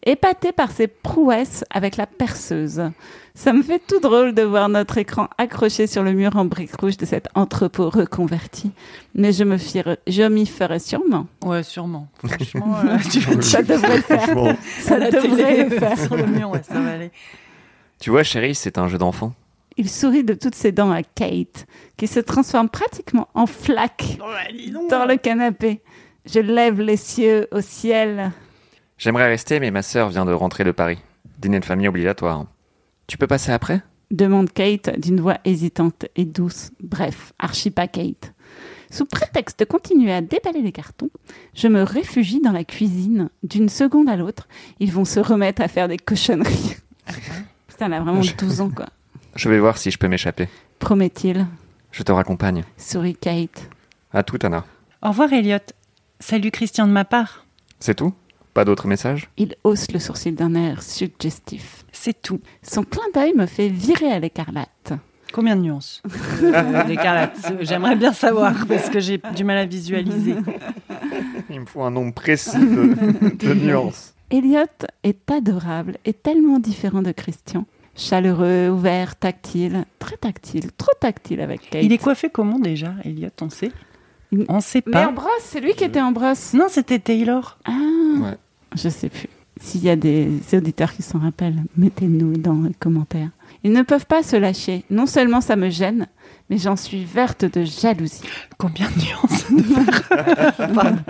S1: épatés par ses prouesses avec la perceuse. Ça me fait tout drôle de voir notre écran accroché sur le mur en briques rouges de cet entrepôt reconverti. Mais je me fie- je m'y ferai sûrement.
S6: Ouais, sûrement. Franchement, euh, tu vas te
S1: Ça devrait le faire.
S2: Franchement.
S1: Ça
S6: la
S1: devrait
S6: télé
S1: le
S6: euh,
S1: faire.
S6: sur le mur, ouais, ça va aller.
S2: Tu vois, chérie, c'est un jeu d'enfant.
S1: Il sourit de toutes ses dents à Kate, qui se transforme pratiquement en flaque dans le canapé. Je lève les cieux au ciel.
S2: J'aimerais rester, mais ma sœur vient de rentrer de Paris. Dîner de famille obligatoire. Tu peux passer après
S1: demande Kate d'une voix hésitante et douce. Bref, archi pas Kate. Sous prétexte de continuer à déballer les cartons, je me réfugie dans la cuisine. D'une seconde à l'autre, ils vont se remettre à faire des cochonneries. Putain, elle a vraiment 12 ans, quoi.
S2: Je vais voir si je peux m'échapper.
S1: Promet-il.
S2: Je te raccompagne.
S1: Souris Kate.
S2: À tout, Anna.
S6: Au revoir, Elliot. Salut, Christian, de ma part.
S2: C'est tout Pas d'autres messages
S1: Il hausse le sourcil d'un air suggestif.
S6: C'est tout.
S1: Son clin d'œil me fait virer à l'écarlate.
S6: Combien de nuances euh, d'écarlate J'aimerais bien savoir parce que j'ai du mal à visualiser.
S2: Il me faut un nombre précis de, de nuances.
S1: Elliot est adorable et tellement différent de Christian. Chaleureux, ouvert, tactile, très tactile, trop tactile avec Kate.
S6: Il est coiffé comment déjà, Elliot On sait
S1: Il-
S6: On sait
S1: Mais
S6: pas.
S1: en brosse, c'est lui qui était en brosse.
S6: Non, c'était Taylor.
S1: Ah,
S2: Ouais.
S1: je sais plus. S'il y a des auditeurs qui s'en rappellent, mettez-nous dans les commentaires. Ils ne peuvent pas se lâcher. Non seulement ça me gêne, mais j'en suis verte de jalousie.
S6: Combien de nuances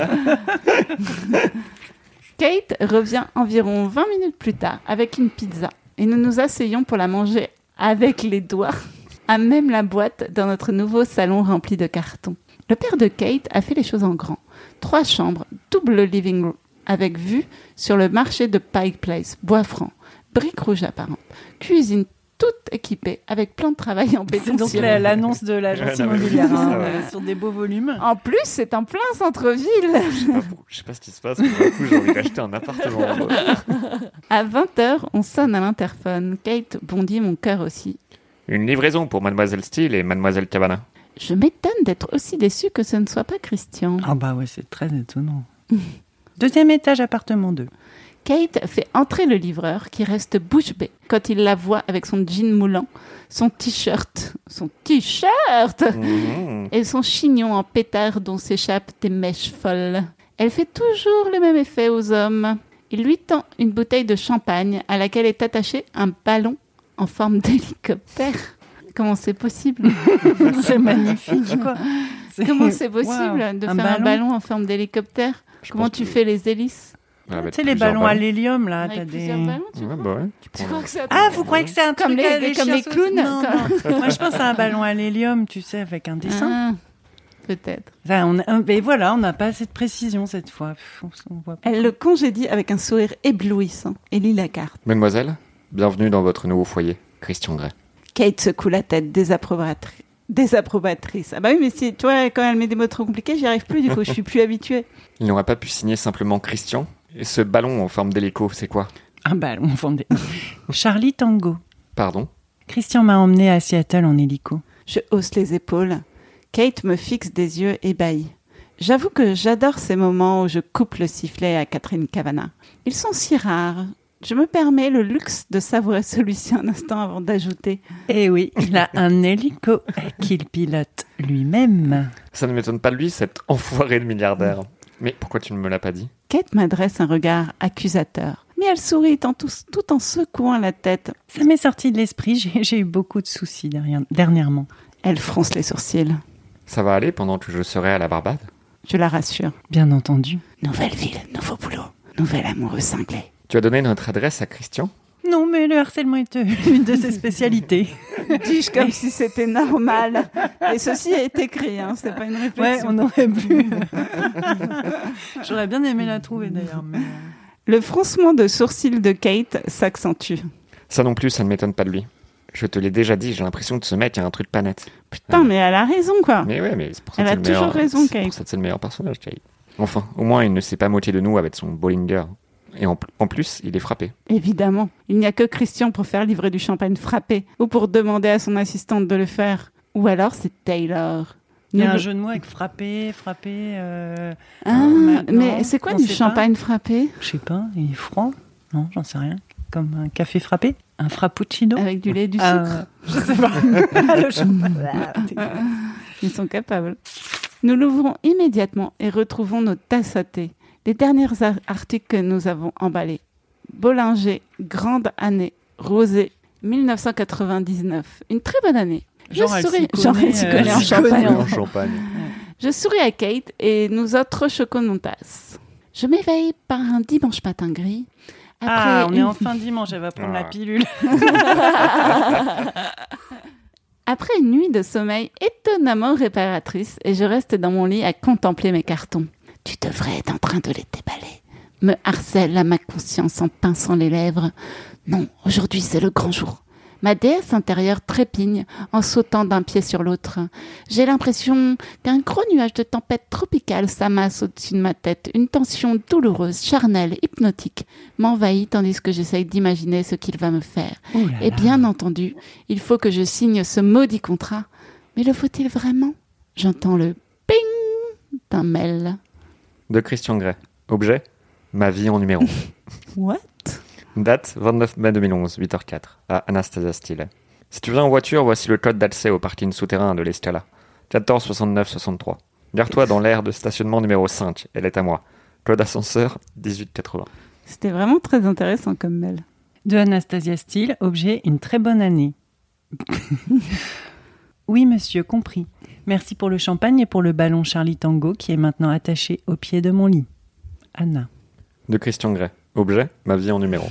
S1: Kate revient environ 20 minutes plus tard avec une pizza et nous nous asseyons pour la manger avec les doigts à même la boîte dans notre nouveau salon rempli de cartons. Le père de Kate a fait les choses en grand. Trois chambres, double living room avec vue sur le marché de Pike Place, bois franc, briques rouges apparentes, cuisine toute équipée avec plan de travail en
S6: C'est
S1: béton.
S6: donc
S1: sur-
S6: la- l'annonce de l'agence
S2: Ouais, non, mais-
S6: immobilière hein,
S2: Ça va.
S6: euh, sur des beaux volumes.
S1: En plus, c'est en plein centre-ville.
S2: Je sais pas pour- je sais pas ce qui se passe, mais d'un coup, j'ai envie d'acheter un appartement.
S1: À 20h, on sonne à l'interphone. Kate bondit mon cœur aussi.
S2: Une livraison pour Mademoiselle Steele et Mademoiselle Cabana.
S1: Je m'étonne d'être aussi déçue que ce ne soit pas Christian.
S6: Ah bah ouais, c'est très étonnant. Deuxième étage, appartement 2.
S1: Kate fait entrer le livreur qui reste bouche bée quand il la voit avec son jean moulant, son t-shirt, son t-shirt
S2: Mhm.
S1: et son chignon en pétard dont s'échappent des mèches folles. Elle fait toujours le même effet aux hommes. Il lui tend une bouteille de champagne à laquelle est attaché un ballon en forme d'hélicoptère. Comment c'est possible
S6: c'est magnifique, quoi. C'est-
S1: Comment c'est possible
S6: Waouh,
S1: de faire un ballon en forme d'hélicoptère
S2: Je
S1: Comment
S2: pense
S1: tu
S2: que-
S1: fais les hélices
S2: Ouais, avec
S6: Tu sais, les
S2: plusieurs
S6: ballons à l'hélium, là.
S1: Avec
S6: t'as des...
S1: plusieurs ballons, tu
S2: Ouais,
S1: vois
S2: bah ouais.
S1: Tu crois que ça-
S6: Ah, vous croyez que c'est un
S1: Comme
S6: truc
S1: les-
S6: à des
S1: comme les
S6: chiens saucisses
S1: clowns,
S6: Non,
S1: comme-
S6: non. Moi, je pense à un ballon à l'hélium, tu sais, avec un dessin.
S1: Ah, Peut-être.
S6: Ça, on a- Mais voilà, on n'a pas assez de précision cette fois. Pff, on- on voit pas.
S1: Elle le congédie avec un sourire éblouissant et lit la carte.
S2: Mademoiselle, bienvenue dans votre nouveau foyer. Christian Grey.
S1: Kate secoue la tête, désapprobatri- désapprobatrice. Ah bah oui, mais si, tu vois, quand elle met des mots trop compliqués, j'y arrive plus, du coup, je suis plus habituée.
S2: Il n'aurait pas pu signer simplement Christian Et ce ballon en forme d'hélico, c'est quoi
S6: Un ballon en forme de- Charlie Tango.
S2: Pardon
S6: Christian m'a emmené à Seattle en hélico.
S1: Je hausse les épaules. Kate me fixe des yeux ébahis. J'avoue que j'adore ces moments où je coupe le sifflet à Catherine Cavana. Ils sont si rares. Je me permets le luxe de savourer celui-ci un instant avant d'ajouter.
S6: Eh oui, il a un hélico qu'il pilote lui-même.
S2: Ça ne m'étonne pas de lui, cet enfoiré de milliardaire. Mais pourquoi tu ne me l'as pas dit
S1: Kate m'adresse un regard accusateur. Mais elle sourit en tout, tout en secouant la tête.
S6: Ça m'est sorti de l'esprit, j'ai j'ai eu beaucoup de soucis derrière- dernièrement.
S1: Elle fronce les sourcils.
S2: Ça va aller pendant que je serai à la Barbade
S1: Je la rassure.
S6: Bien entendu.
S1: Nouvelle ville, nouveau boulot, nouvel amoureux cinglé.
S2: Tu as donné notre adresse à Christian
S6: Non, mais le harcèlement est euh, une de ses spécialités.
S1: Dis-je comme si c'était normal. Et ceci est écrit, hein, c'est pas une
S6: Ouais,
S1: réflexion.
S6: on aurait pu. J'aurais bien aimé la trouver d'ailleurs. mais, euh,
S1: Le froncement de sourcils de Kate s'accentue.
S2: Ça non plus, ça ne m'étonne pas de lui. Je te l'ai déjà dit, j'ai l'impression que ce mec a un truc pas net.
S1: Putain, mais elle a raison, quoi.
S2: Mais ouais, mais c'est pour ça
S1: Ah. Elle
S2: que
S1: a
S2: c'est le meilleur-
S1: toujours raison,
S2: C'est
S1: Kate.
S2: pour ça que c'est le meilleur personnage, Kate. Enfin, au moins, il ne s'est pas moqué de nous avec son Bollinger. Et en, en plus, il est frappé.
S1: Évidemment, il n'y a que Christian pour faire livrer du champagne frappé ou pour demander à son assistante de le faire. Ou alors c'est Taylor.
S6: Il y
S1: Nous
S6: a un
S1: le-
S6: jeu de mots avec frapper, frapper. euh,
S1: Ah,
S6: Non,
S1: mais c'est quoi
S6: on
S1: du
S6: sait
S1: champagne frappé
S6: Je sais pas, il est froid Non, j'en sais rien. Comme un café frappé Un frappuccino
S1: Avec du lait et du
S6: Euh,
S1: sucre
S6: Je sais pas. Le champagne.
S1: Ils sont capables. Nous l'ouvrons immédiatement et retrouvons nos tasses à thé, les derniers ar- articles que nous avons emballés. Bollinger, grande année, rosé, 1999. Une très bonne année.
S6: Genre, elle
S1: je souris,
S6: s'y
S1: genre,
S6: connaît,
S1: elle s'y
S6: euh,
S1: connaît
S6: elle
S1: en
S6: s'y connaît
S1: champagne.
S6: en-
S2: champagne.
S1: Je souris à Kate et nous autres choquons nos tasses. Je m'éveille par un dimanche matin gris.
S6: Ah, on
S1: une-
S6: est en fin dimanche, elle va prendre la
S2: Ah.
S6: pilule.
S1: Après une nuit de sommeil étonnamment réparatrice, et je reste dans mon lit à contempler mes cartons. Tu devrais être en train de les déballer. Me harcèle à ma conscience en pinçant les lèvres. Non, aujourd'hui c'est le grand jour.
S9: Ma déesse intérieure trépigne en sautant d'un pied sur l'autre. J'ai l'impression qu'un gros nuage de tempête tropicale s'amasse au-dessus de ma tête. Une tension douloureuse, charnelle, hypnotique m'envahit tandis que j'essaye d'imaginer ce qu'il va me faire.
S6: Ouh
S1: Eh
S6: là
S9: Et
S6: là.
S9: bien entendu, il faut que je signe ce maudit contrat. Mais le faut-il vraiment J'entends le ping d'un mail.
S2: De Christian Grey. Objet Ma vie en numéro.
S6: What
S2: Date 29 mai 2011, 8h04, à Anastasia Steele. Si tu viens en voiture, voici le code d'accès au parking souterrain de l'Escala. 14 69 63. Gare-toi dans l'aire de stationnement numéro 5. Elle est à moi. Code ascenseur 1880.
S1: C'était vraiment très intéressant comme mail.
S6: De Anastasia Steele, objet Une très bonne année. oui, monsieur, compris. Merci pour le champagne et pour le ballon Charlie Tango qui est maintenant attaché au pied de mon lit. Anna.
S2: De Christian Grey. Objet Ma vie en numéro.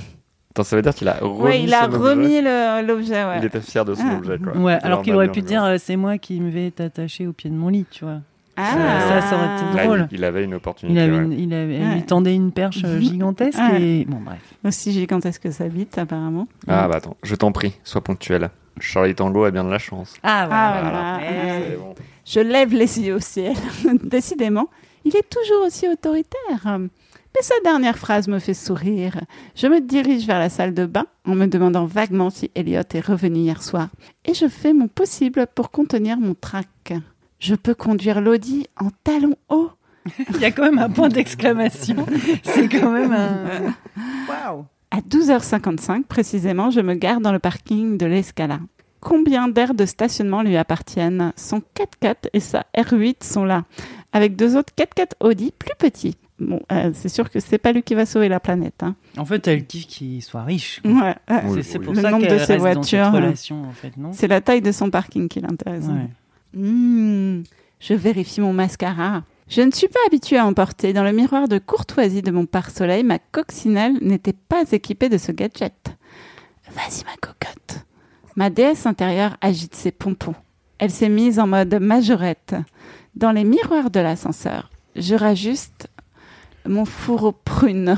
S2: Attends, ça veut dire qu'il a remis.
S1: Oui, il a
S2: son
S1: remis
S2: objet.
S1: le- l'objet. ouais.
S2: Il était fier de son
S1: Ah.
S2: objet, quoi.
S6: Ouais,
S2: De
S6: alors
S2: leur
S6: qu'il aurait
S2: ma
S6: pu
S2: vie en
S6: dire euh, C'est moi qui me vais t'attacher au pied de mon lit, tu vois.
S1: Ah.
S6: Ça, ça aurait été
S2: numéro. Là,
S6: drôle.
S2: il, il avait une
S6: Il,
S2: opportunité.
S6: avait
S2: ouais.
S6: une- il avait- elle lui
S1: Ouais.
S6: tendait une perche euh, gigantesque
S1: Ouais.
S6: et. Bon, bref.
S1: Aussi gigantesque que sa bite, apparemment.
S2: Ah, bah attends, je t'en prie, sois ponctuel. Charlie Tango a bien de la chance.
S6: Ah, voilà.
S1: Ah,
S2: voilà.
S1: voilà.
S2: C'est bon.
S1: Je lève les yeux au ciel. Décidément, il est toujours aussi autoritaire. Mais sa dernière phrase me fait sourire. Je me dirige vers la salle de bain en me demandant vaguement si Elliot est revenu hier soir. Et je fais mon possible pour contenir mon trac. Je peux conduire l'Audi en talons hauts.
S6: Il y a quand même un point d'exclamation. C'est quand même un. Waouh
S1: À 12h55 précisément, je me gare dans le parking de l'Escala. Combien d'aires de stationnement lui appartiennent Son 4x4 et sa R8 sont là, avec deux autres 4x4 Audi plus petits. Bon, euh, c'est sûr que c'est pas lui qui va sauver la planète. hein.
S6: En fait, elle kiffe qu'il soit riche.
S1: Ouais, ouais.
S2: Oui,
S6: C'est- c'est
S2: oui.
S6: pour
S1: Le
S6: ça
S1: nombre de
S6: qu'elle
S1: ces
S6: reste dans
S1: voitures,
S6: cette
S1: hein.
S6: relation, en fait, non
S1: C'est la taille de son parking qui l'intéresse.
S6: Ouais.
S1: Hmm, je vérifie mon mascara. Je ne suis pas habituée à emporter. Dans le miroir de courtoisie de mon pare-soleil, ma coccinelle n'était pas équipée de ce gadget. Vas-y, ma cocotte. Ma déesse intérieure agite ses pompons. Elle s'est mise en mode majorette. Dans les miroirs de l'ascenseur, je rajuste mon fourreau prune.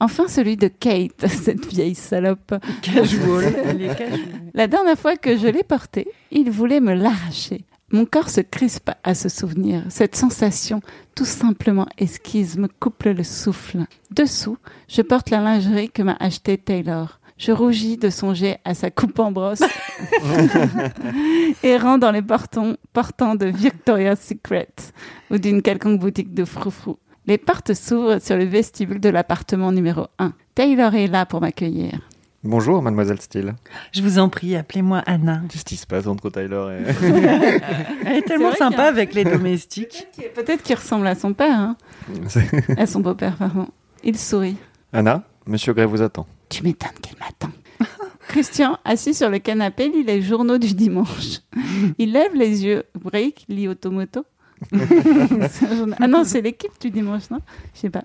S1: Enfin, celui de Kate, cette vieille salope.
S6: Casual. Elle est casual.
S1: La dernière fois que je l'ai porté, il voulait me l'arracher. Mon corps se crispe à ce souvenir. Cette sensation, tout simplement esquisse, me coupe le souffle. Dessous, je porte la lingerie que m'a achetée Taylor. Je rougis de songer à sa coupe en brosse, errant dans les portons, portants de Victoria's Secret ou d'une quelconque boutique de froufrou. Les portes s'ouvrent sur le vestibule de l'appartement numéro 1. Taylor est là pour m'accueillir.
S2: Bonjour, mademoiselle Steele.
S6: Je vous en prie, appelez-moi Anna.
S2: Qu'est-ce qui se passe entre Tyler et.
S6: Elle est tellement
S1: vrai
S6: sympa
S1: qu'il y a-
S6: avec les domestiques.
S1: Peut-être qu'il ressemble à son père, hein.
S2: C'est-
S1: à son beau-père, pardon. Il sourit.
S2: Anna, monsieur Gray vous attend.
S1: Tu m'étonnes qu'il m'attend. Christian, assis sur le canapé, lit les journaux du dimanche. Il lève les yeux. Break, lit Automoto. C'est un journal- ah non, c'est l'équipe du dimanche, non Je sais pas.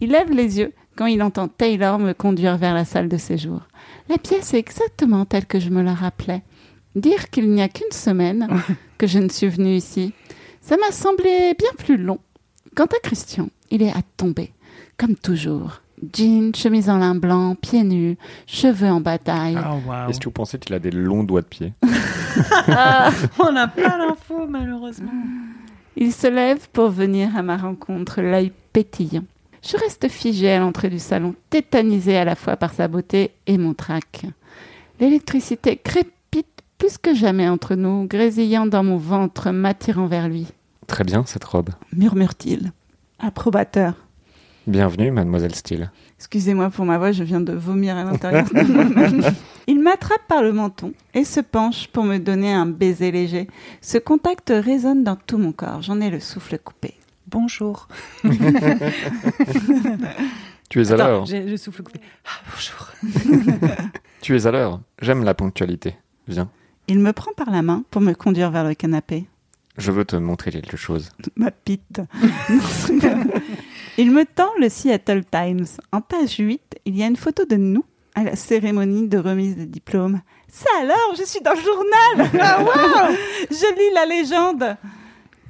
S1: Il lève les yeux quand il entend Taylor me conduire vers la salle de séjour. La pièce est exactement telle que je me la rappelais. Dire qu'il n'y a qu'une semaine que je ne suis venue ici, ça m'a semblé bien plus long. Quant à Christian, il est à tomber, comme toujours. Jean, chemise en lin blanc, pieds nus, cheveux en bataille.
S2: Ah,
S6: Oh, waouh.
S2: Est-ce que vous pensez qu'il a des longs doigts de pied
S6: On n'a pas l'info, malheureusement.
S1: Il se lève pour venir à ma rencontre, l'œil pétillant. Je reste figée à l'entrée du salon, tétanisée à la fois par sa beauté et mon trac. L'électricité crépite plus que jamais entre nous, grésillant dans mon ventre, m'attirant vers lui.
S2: Très bien, cette robe.
S1: Murmure-t-il. Approbateur.
S2: Bienvenue, mademoiselle Steele.
S1: Excusez-moi pour ma voix, je viens de vomir à l'intérieur de moi-même. Il m'attrape par le menton et se penche pour me donner un baiser léger. Ce contact résonne dans tout mon corps, j'en ai le souffle coupé.
S6: Bonjour.
S2: Tu es à
S6: Attends,
S2: l'heure.
S6: j'ai le souffle coupé. Ah, bonjour.
S2: Tu es à l'heure. J'aime la ponctualité. Viens.
S1: Il me prend par la main pour me conduire vers le canapé.
S2: Je veux te montrer quelque chose.
S1: Ma pite. Non, c'est pas vrai. il me tend le Seattle Times. En page 8, il y a une photo de nous à la cérémonie de remise des diplômes. Ça alors, je suis dans le journal Ah, waouh Je lis la légende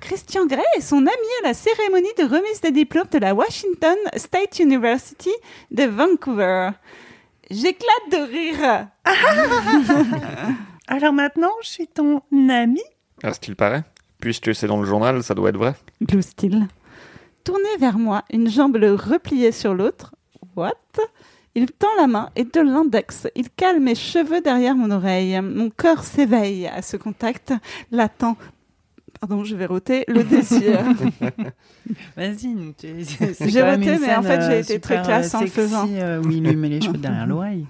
S1: Christian Gray et son ami à la cérémonie de remise des diplômes de la Washington State University de Vancouver. J'éclate de rire.
S6: Alors maintenant, je suis ton ami.
S2: À Ah, ce qu'il paraît. Puisque c'est dans le journal, ça doit être vrai.
S1: Glouse-t-il. Tourné vers moi, une jambe le repliée sur l'autre. What Il tend la main et de l'index, il cale mes cheveux derrière mon oreille. Mon corps s'éveille à ce contact, latent. Pardon, je vais roter le désir.
S6: Vas-y.
S1: J'ai voté, mais en fait,
S6: euh,
S1: j'ai été très classe en le faisant.
S6: où il euh, lui met les cheveux derrière l'oreille.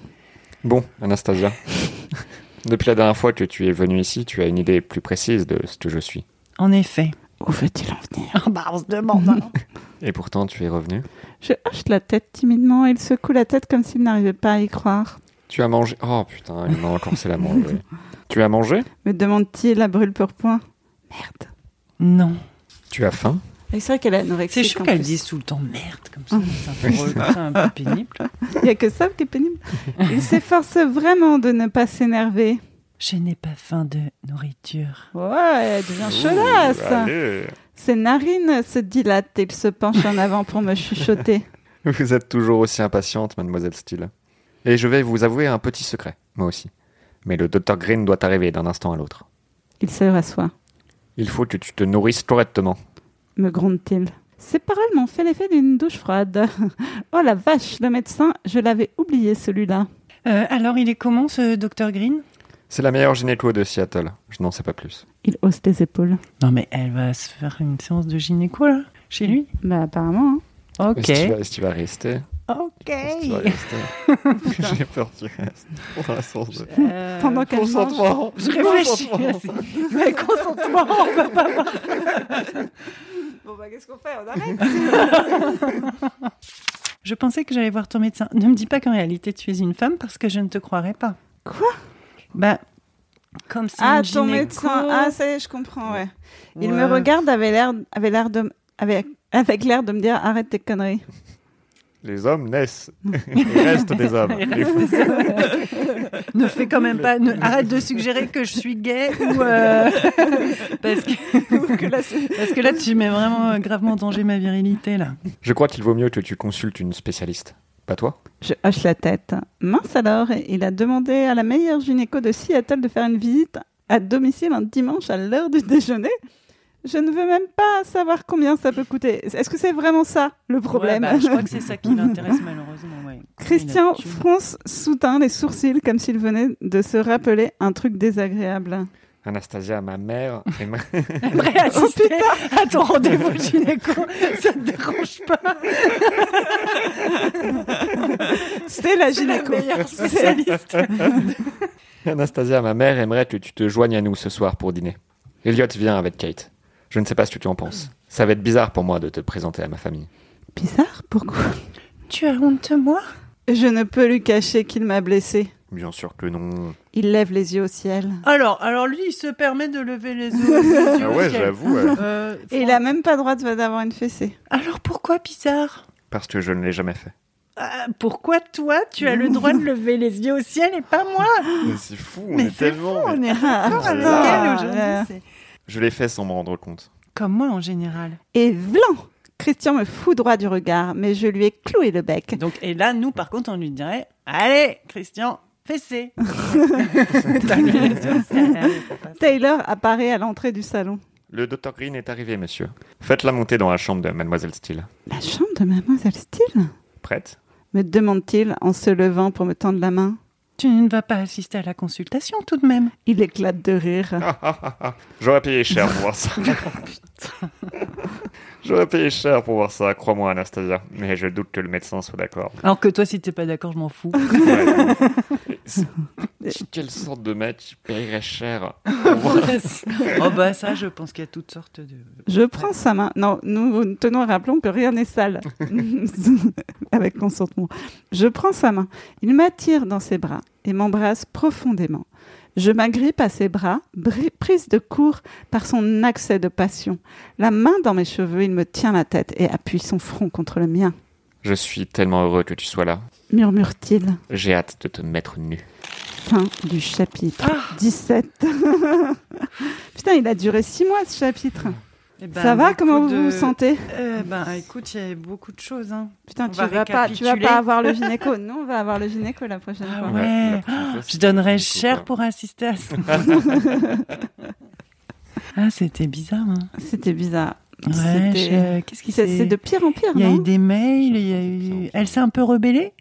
S2: Bon, Anastasia. Depuis la dernière fois que tu es venue ici, tu as une idée plus précise de ce que je suis.
S6: En effet.
S1: Où veut-il en venir
S6: Ah bah, on se demande. hein.
S2: Et pourtant, tu es revenue.
S1: Je hoche la tête timidement. Il secoue la tête comme s'il n'arrivait pas à y croire.
S2: Tu as mangé. Oh putain, il m'a encore c'est la manger. tu as mangé
S1: Me demande-t-il à brûle pour point. Merde.
S6: non.
S2: Tu as faim
S1: Et c'est vrai qu'elle est anorexique.
S6: C'est chaud
S1: en
S6: qu'elle
S1: plus.
S6: dise tout le temps merde comme ça. C'est un peu- c'est un peu pénible.
S1: Il n'y a que ça qui est pénible. Il s'efforce vraiment de ne pas s'énerver.
S6: Je n'ai pas faim de nourriture.
S1: Ouais, elle devient
S2: Ouh,
S1: chaudasse.
S2: allez.
S1: Ses narines se dilatent et il se penche en avant pour me chuchoter.
S2: Vous êtes toujours aussi impatiente, mademoiselle Steele. Et je vais vous avouer un petit secret, moi aussi. Mais le docteur Green doit arriver d'un instant à l'autre.
S1: Il se rassoit,
S2: Il faut que tu te nourrisses correctement.
S1: me gronde-t-il. Ces paroles m'ont fait l'effet d'une douche froide. Oh la vache, le médecin, je l'avais oublié celui-là.
S6: Euh, alors, il est comment ce docteur Green
S2: C'est la meilleure gynéco de Seattle. Je n'en sais pas plus.
S1: Il hausse les épaules.
S6: Non, mais elle va se faire une séance de gynéco là, chez lui.
S1: Bah apparemment, hein.
S6: Ok.
S2: Est-ce que tu vas- est-ce que tu vas rester
S6: Ok. Euh,
S2: Est-ce que tu vas rester J'ai peur que tu restes. Pour un sens de-
S6: Euh,
S1: pendant qu'elle mange,
S2: Consentement.
S6: Je réfléchis. Mais consentement, on va pas voir.
S1: Bon bah qu'est-ce qu'on fait On arrête
S6: Je pensais que j'allais voir ton médecin. Ne me dis pas qu'en réalité tu es une femme parce que je ne te croirais pas.
S1: Quoi
S6: Bah, comme si.
S1: Ah
S6: une
S1: ton
S6: gynéco-
S1: médecin, ah ça y est, je comprends, ouais. Il me
S6: Ouais.
S1: regarde avec l'air, avec l'air de, avec, avec l'air de me dire arrête tes conneries.
S2: Les hommes naissent. Ils restent des hommes. Les fous.
S6: Ne fais quand même pas. ne- arrête de suggérer que je suis gay ou. euh, parce, que, parce que là, tu mets vraiment euh, gravement en danger ma virilité, là.
S2: Je crois qu'il vaut mieux que tu consultes une spécialiste. Pas toi
S1: Je hoche la tête. Mince alors, il a demandé à la meilleure gynéco de Seattle de faire une visite à domicile un dimanche à l'heure du déjeuner. Je ne veux même pas savoir combien ça peut coûter. Est-ce que c'est vraiment ça le problème
S6: Ouais, bah, je crois que c'est ça qui l'intéresse, malheureusement. ouais.
S1: Christian
S6: Il a-
S1: fronce soudain les sourcils comme s'il venait de se rappeler un truc désagréable.
S2: Anastasia, ma mère, aimerait-
S6: Après, assister à ton rendez-vous gynéco, ça te dérange pas
S1: C'est la
S6: C'est la
S1: gynéco.
S6: meilleure spécialiste.
S2: Anastasia, ma mère aimerait que tu te joignes à nous ce soir pour dîner. Elliot vient avec Kate. Je ne sais pas ce que tu en penses. Ça va être bizarre pour moi de te présenter à ma famille.
S1: Bizarre, pourquoi
S6: Tu as honte de moi
S1: Je ne peux lui cacher qu'il m'a blessé.
S2: Bien sûr que non.
S1: Il lève les yeux au ciel.
S6: alors, alors lui, il se permet de lever les yeux.
S2: Ah
S6: Euh,
S1: Et il a même pas droit de- d'avoir une fessée.
S6: Alors pourquoi bizarre
S2: Parce que je ne l'ai jamais fait.
S6: Ah, Pourquoi toi, tu as le droit de lever les yeux au ciel et pas moi
S2: Mais c'est fou, on
S6: Mais est c'est
S2: tellement.
S6: On est raccord
S2: Ah,
S1: putain,
S6: à lequel
S1: là.
S6: aujourd'hui. c'est-
S2: Je l'ai fait sans me rendre compte.
S6: Comme moi en général.
S1: Et vlan Christian me fout droit du regard, mais je lui ai cloué le bec.
S6: Donc, et là, nous, par contre, on lui dirait Allez, Christian, fessé T'as levé les yeux au ciel, allez, faut pas-
S1: Taylor apparaît à l'entrée du salon.
S2: Le docteur Green est arrivé, monsieur. Faites-la monter dans la chambre de Mademoiselle Steele.
S1: La chambre de mademoiselle Steele
S2: Prête
S1: me demande-t-il en se levant pour me tendre la main.
S6: Tu ne vas pas assister à la consultation tout de même.
S1: Il éclate de rire.
S2: Ah, ah, ah, ah. J'aurais payé cher pour voir ça.
S6: Oh,
S2: J'aurais payé cher pour voir ça, crois-moi, Anastasia. Mais je doute que le médecin soit d'accord.
S6: Alors que toi, si t'es pas d'accord, je m'en fous.
S2: Quelle sorte de mec paierait cher
S6: oh bah ça, je pense qu'il y a toutes sortes de...
S1: Je prends sa main. Non, nous tenons à rappelons que rien n'est sale. Avec consentement. Je prends sa main. Il m'attire dans ses bras et m'embrasse profondément. Je m'agrippe à ses bras, bri- prise de court par son accès de passion. La main dans mes cheveux, il me tient la tête et appuie son front contre le mien.
S2: Je suis tellement heureux que tu sois là.
S1: Murmure-t-il.
S2: J'ai hâte de te mettre nu.
S1: Fin du
S6: Ah
S1: chapitre 17. Putain, il a duré six mois ce chapitre.
S6: Eh ben,
S1: Ça va
S6: beaucoup
S1: Comment vous
S6: de-
S1: vous sentez
S6: Eh Ben écoute, il y avait beaucoup de choses. hein.
S1: Putain,
S6: on
S1: tu
S6: va
S1: vas, pas, tu vas
S6: récapituler.
S1: pas avoir le gynéco. Nous, on va avoir le gynéco la prochaine
S6: Ah
S1: fois.
S6: ouais.
S2: la prochaine fois,
S6: Je
S2: c'est-
S6: donnerais
S2: du coup,
S6: cher
S2: quoi.
S6: pour assister à ça. ah, c'était bizarre. hein.
S1: C'était bizarre.
S6: Ouais,
S1: C'était-
S6: je- qu'est-ce qui
S1: C'est c'est
S6: s'est...
S1: de pire en pire,
S6: Il y a
S1: non
S6: eu des mails, il y a eu... Elle s'est un peu rebellée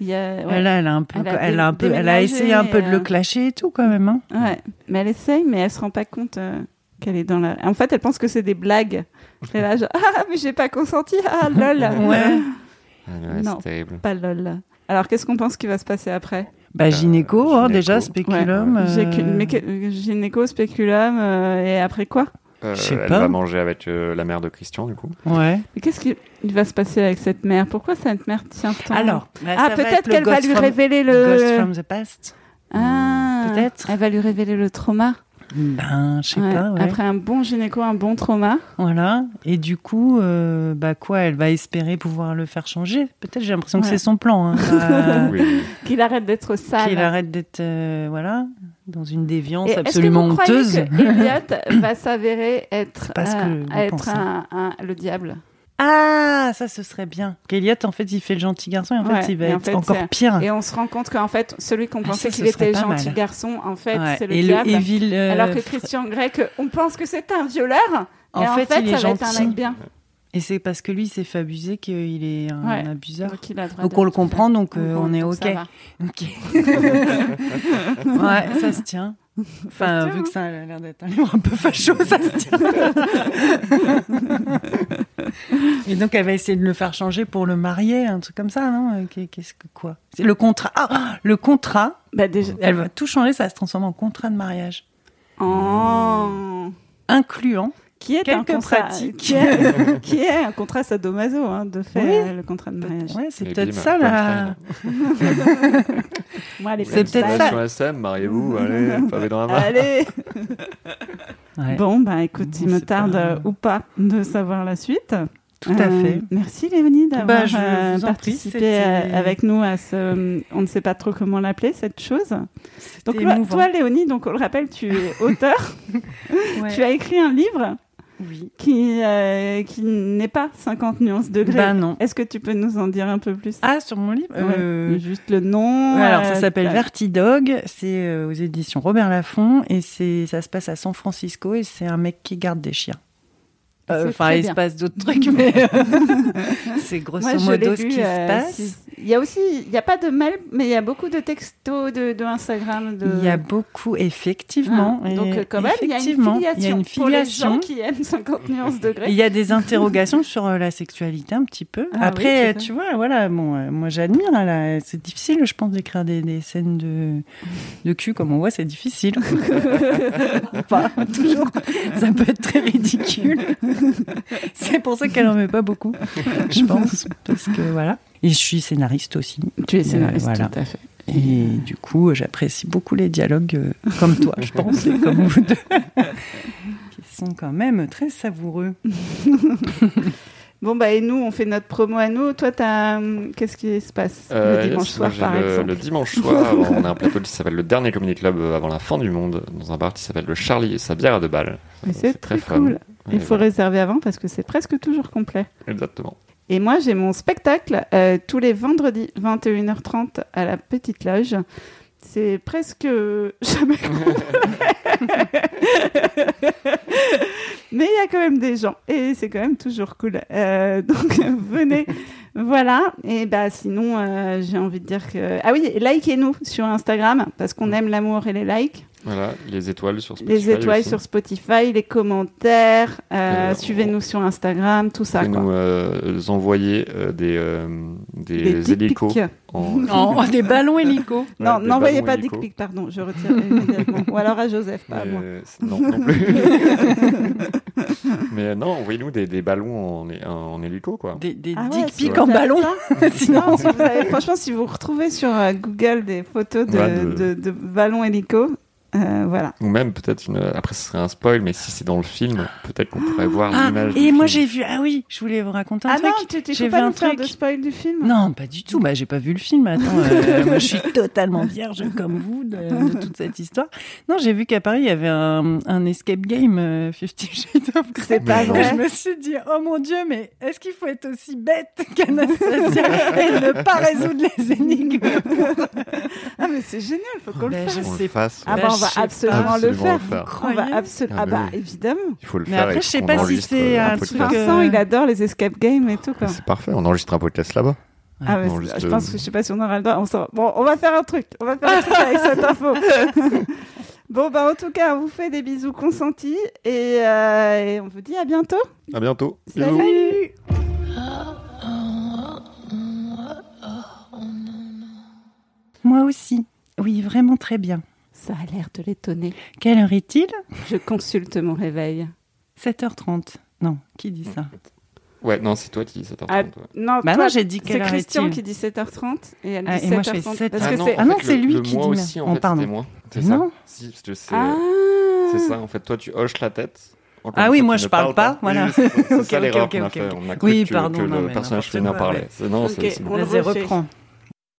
S1: Il y a- ouais.
S6: Elle, a, elle a un peu,
S1: Elle
S6: elle
S1: a
S6: a,
S1: dé-
S6: un peu, elle a
S1: déménagé,
S6: essayé un peu de
S1: euh,
S6: le clasher et tout quand même. hein.
S1: Ouais, mais elle essaye, mais elle se rend pas compte euh, qu'elle est dans la. En fait, elle pense que c'est des blagues. Et là, genre, ah, mais j'ai pas consenti, ah, lol.
S6: Ouais.
S2: Ah ouais,
S1: Non.
S2: c'est terrible.
S1: Pas lol. Alors, qu'est-ce qu'on pense qui va se passer après
S6: Bah gynéco,
S2: gynéco.
S6: hein, déjà
S2: Ouais.
S6: spéculum. euh,
S1: J'ai qu'une- mais que- euh, Gynéco, spéculum, euh, et après quoi
S2: Euh,
S6: Je sais
S2: elle
S6: pas.
S2: va manger avec euh, la mère de Christian, du coup.
S6: euh, Ouais.
S1: Mais Qu'est-ce qui il va se passer avec cette mère Pourquoi cette mère tient tant
S6: Alors, bah,
S1: ah,
S6: ça va être
S1: peut-être
S6: le
S1: qu'elle va
S6: ghost
S1: lui
S6: from-
S1: révéler
S6: Ghost
S1: le.
S6: from the past.
S1: Ah,
S6: Peut-être.
S1: Elle va lui révéler le trauma.
S6: Ben, je sais
S1: Ouais.
S6: pas. ouais.
S1: Après un bon gynéco, un bon trauma.
S6: Voilà. Et du coup, euh, bah quoi, elle va espérer pouvoir le faire changer. Peut-être, j'ai l'impression
S1: Ouais.
S6: que c'est son plan. hein. Bah,
S2: Oui.
S1: Qu'il arrête d'être sale.
S6: Qu'il arrête d'être, euh, voilà, dans une déviance
S1: Et est-ce que
S6: absolument
S1: vous croyez
S6: honteuse.
S1: que Elliot va s'avérer être,
S6: C'est pas ce que
S1: euh,
S6: vous
S1: être
S6: pensez.
S1: un- un- le diable.
S6: Ah, ça, ce serait bien. Qu'Eliot, en fait, il fait le gentil garçon et en
S1: Ouais,
S6: fait, il va
S1: et en
S6: être
S1: fait, c'est-
S6: encore pire.
S1: Et on se rend compte qu'en fait, celui qu'on
S6: Ah,
S1: pensait
S6: ça,
S1: qu'il
S6: ce serait
S1: était
S6: pas
S1: gentil
S6: mal.
S1: garçon, en fait,
S6: Ouais.
S1: c'est le
S6: et
S1: diable.
S6: le Evil. euh,
S1: Alors que
S6: fr-
S1: Christian Grey, on pense que c'est un violeur.
S6: en,
S1: et
S6: fait, il
S1: ça
S6: est
S1: va être un
S6: gentil.
S1: mec bien.
S6: Et c'est parce que lui, il s'est fait abuser qu'il est un
S1: Ouais.
S6: abuseur.
S1: Donc, il a le droit
S6: Donc
S1: de
S6: on le
S1: tout faire.
S6: comprend, donc euh,
S1: Donc,
S6: on est
S1: donc,
S6: OK.
S1: ça va.
S6: Ok. ouais, ça se tient. Enfin, vu que ça
S1: hein.
S6: a l'air d'être un livre un peu facho, ça se tient. Et donc, elle va essayer de le faire changer pour le marier, un truc comme ça, non Euh, qu'est- Qu'est-ce que quoi C'est le contrat. Ah, le contrat.
S1: Bah, déjà.
S6: Elle va tout changer, ça va se transformer en contrat de mariage,
S1: Oh.
S6: incluant.
S1: Qui est un
S6: Quelques
S1: contrat
S6: pratiques.
S1: qui est, qui est un contrat sadomaso hein, de fait
S6: Oui.
S1: euh, le contrat de mariage.
S6: Ouais, c'est
S2: Et bim,
S6: peut-être ça
S2: punchline.
S6: la.
S1: Moi, les
S6: C'est
S1: punchlines.
S6: peut-être ça. Mm.
S2: Sur SM, mariez-vous, allez, pavé dans la main.
S1: Allez.
S6: Ouais,
S1: Bon, bah écoute,
S6: Bon,
S1: il me
S6: c'est pas-
S1: tarde euh, ou pas de savoir la suite.
S6: Tout à
S1: Euh,
S6: fait.
S1: Merci Léonie d'avoir
S6: Bah, je
S1: euh,
S6: vous en prie,
S1: participé
S6: c'était-
S1: euh, avec nous à ce. euh, On ne sait pas trop comment l'appeler, cette chose. Donc,
S6: C'était
S1: toi,
S6: émouvant.
S1: toi, Léonie, donc, on le rappelle, tu es auteur.
S6: Ouais.
S1: Tu as écrit un livre
S6: Oui.
S1: qui, euh, qui n'est pas 50 nuances degrés.
S6: Bah non.
S1: Est-ce que tu peux nous en dire un peu plus
S6: Ah, sur mon livre Euh,
S1: Ouais. Juste le nom.
S6: Ouais, alors,
S1: euh,
S6: ça s'appelle
S1: t'as-
S6: Vertidog, c'est euh, aux éditions Robert Laffont, et c'est ça se passe à San Francisco, et c'est un mec qui garde des chiens. Euh,
S1: Ah, C'est
S6: Enfin,
S1: très
S6: il
S1: bien.
S6: se passe d'autres trucs, mais euh, c'est grosso
S1: Moi, je
S6: modo
S1: l'ai
S6: ce
S1: lu,
S6: qui
S1: euh,
S6: se passe.
S1: si- Il y a aussi, il n'y a pas de mail, mais il y a beaucoup de textos de, de Instagram. De...
S6: Il y a beaucoup, effectivement.
S1: Ah, donc,
S6: et-
S1: euh, quand même, il y a une
S6: effectivement,
S1: filiation.
S6: il y a une
S1: Pour
S6: filiation.
S1: les gens qui aiment 50 nuances
S6: Il
S1: degrés.
S6: y a des interrogations sur euh, la sexualité un petit peu.
S1: Ah oui,
S6: Après, euh,
S1: tout à fait.
S6: tu vois, voilà, bon, euh, moi j'admire. hein, là, C'est difficile, je pense, d'écrire des, des scènes de, de cul comme on voit, c'est difficile. pas toujours. Ça peut être très ridicule. c'est pour ça qu'elle en met pas beaucoup, je pense, parce que voilà. Et je suis scénariste aussi.
S1: Tu es
S6: scénariste, Euh, voilà.
S1: tout à fait.
S6: Et du coup, j'apprécie beaucoup les dialogues euh, comme toi, je pense, et comme vous deux, qui sont quand même très savoureux.
S1: Bon, bah, et nous, on fait notre promo à nous. Toi, t'as. hum, Qu'est-ce qui se
S6: Ah,
S1: passe
S2: Euh,
S1: le dimanche
S2: yes, moi,
S1: soir,
S2: j'ai
S1: par
S2: le,
S1: exemple
S2: le dimanche soir, on a un plateau qui s'appelle le dernier Comedy Club euh, avant la fin du monde, dans un bar qui s'appelle le Charlie et sa bière à deux balles.
S1: Mais
S2: Euh,
S1: c'est très
S2: fun.
S1: cool.
S2: Et
S1: Il faut
S2: voilà,
S1: réserver avant parce que c'est presque toujours complet.
S2: Exactement.
S1: Et moi, j'ai mon spectacle euh, tous les vendredis, 21h30, à la Petite Loge. C'est presque euh, jamais complet. Mais il y a quand même des gens et c'est quand même toujours cool. Euh, donc venez, voilà. Et bah sinon, euh, j'ai envie de dire que ah oui, likez-nous sur Instagram parce qu'on aime l'amour et les likes,
S2: Voilà, les étoiles sur Spotify.
S1: les étoiles
S2: aussi.
S1: sur Spotify, les commentaires. euh,
S2: Euh,
S1: Suivez-nous sur Instagram, tout ça.
S2: Vous
S1: Quoi.
S2: nous euh, envoyer euh, des, euh, des,
S1: dick
S2: hélicos.
S1: pics.
S2: En...
S6: Oh, des ballons hélico.
S1: Non,
S2: des
S1: n'envoyez
S2: ballons
S1: pas
S2: hélico.
S1: dick pic, pardon, je retire immédiatement. Ou alors à Joseph, pas à
S2: Mais,
S1: moi.
S2: euh, c'est- non, non plus. Mais euh, non, envoyez-nous des, des ballons en, hé- en hélico, quoi.
S6: Des, des
S1: Ah ouais,
S6: dick
S1: si
S6: pics
S1: vous
S6: en
S1: faites
S6: ballon.
S1: ça,
S6: Sinon,
S1: non, si vous avez- franchement, si vous retrouvez sur euh, Google des photos de,
S2: Ouais,
S1: de...
S2: de-
S1: de ballons hélico, Euh, voilà.
S2: Ou même peut-être une. Après, ce serait un spoil, mais si c'est dans le film, peut-être qu'on pourrait voir
S6: Ah,
S2: l'image. du
S6: et moi
S2: film.
S6: j'ai vu. Ah oui, je voulais vous raconter un
S1: Ah
S6: truc.
S1: non, tu tu peux
S6: j'ai vu
S1: pas
S6: un
S1: nous faire
S6: truc.
S1: de spoil du film
S6: Non, pas du tout. Bah, j'ai pas vu le film. Attends, euh, moi, je suis totalement vierge comme vous de, de toute cette histoire. Non, j'ai vu qu'à Paris, il y avait un, un escape game euh, 50 Shades of Grey.
S1: C'est pas
S2: Mais non.
S6: Et je
S1: vrai.
S6: me suis dit, oh mon Dieu, mais est-ce qu'il faut être aussi bête qu'Anastasia et ne pas résoudre les énigmes
S1: Ah, mais c'est génial, faut qu'on le
S6: Ben,
S1: fasse.
S6: je
S2: Qu'on le
S6: sais
S2: fasse,
S1: Ah,
S2: ouais.
S6: ben,
S1: bah, on
S6: je
S1: va
S6: sais pas.
S1: absolument le
S2: Absolument
S1: faire.
S2: le faire.
S1: On va
S6: Incroyable.
S1: absolument. Ah,
S2: Ah,
S1: bah,
S2: mais oui.
S1: évidemment.
S2: Il faut le
S6: Mais
S2: faire.
S6: après,
S2: et
S6: je sais
S2: qu'on
S6: pas si
S2: enregistre
S6: c'est un truc,
S2: podcast.
S6: euh,
S1: Vincent, il adore les escape games et tout, quoi.
S2: C'est parfait, on enregistre un podcast là-bas.
S1: Ah, mais
S2: Non,
S1: c'est-
S2: juste
S1: je
S2: le-
S1: pense
S6: euh,
S1: que je sais pas si on aura le droit. On s'en- Bon, on va faire un truc. On va faire un truc avec cette info. bon, bah, en tout cas, on vous fait des bisous consentis et, euh, et on vous dit à bientôt.
S2: À bientôt. Bisous.
S1: Salut.
S6: Moi aussi. Oui, vraiment très bien.
S1: Ça a l'air de l'étonner.
S6: Quelle heure est-il
S1: Je consulte mon réveil.
S6: 7h30. Non, qui dit ça
S2: Ouais, non, c'est toi qui dis 7h30.
S1: Ah,
S2: ouais.
S1: Non,
S6: Bah
S1: toi,
S6: non, j'ai dit
S1: c'est
S6: quelle heure
S1: Christian
S6: est-il
S1: qui dit 7h30 et elle dit
S6: Ah, et
S1: 7h30.
S6: moi, je fais 7.
S1: Parce que
S2: non,
S1: c'est...
S2: en
S6: Ah non,
S2: fait,
S6: c'est
S2: le-
S6: lui
S2: le
S6: qui
S2: moi
S6: dit ma-
S2: aussi, en
S6: Oh,
S2: fait,
S6: pardon.
S2: c'était moi. C'est ça.
S6: Non
S2: Si, parce que c'est
S1: Ah
S2: c'est ça, en fait, toi tu hoches la tête. Encore
S6: Ah
S2: une
S6: oui,
S2: fois,
S6: moi,
S2: tu
S6: je
S2: ne
S6: parles pas,
S2: Oui,
S6: voilà.
S2: C'est c'est
S6: Ok,
S2: ça
S6: ok,
S2: l'erreur
S6: ok,
S2: qu'on a
S6: ok,
S2: fait.
S6: ok.
S2: On a cru
S6: Oui,
S2: que,
S6: pardon,
S2: que
S6: non,
S2: le
S6: mais
S2: personnage
S6: n'importe
S2: féminin
S6: quoi,
S2: parlait.
S6: ouais.
S2: C'est- Non, c'est
S1: Ok.
S2: c'est
S1: On
S2: bon.
S1: le
S6: Vas-y,
S1: refait.
S6: reprends.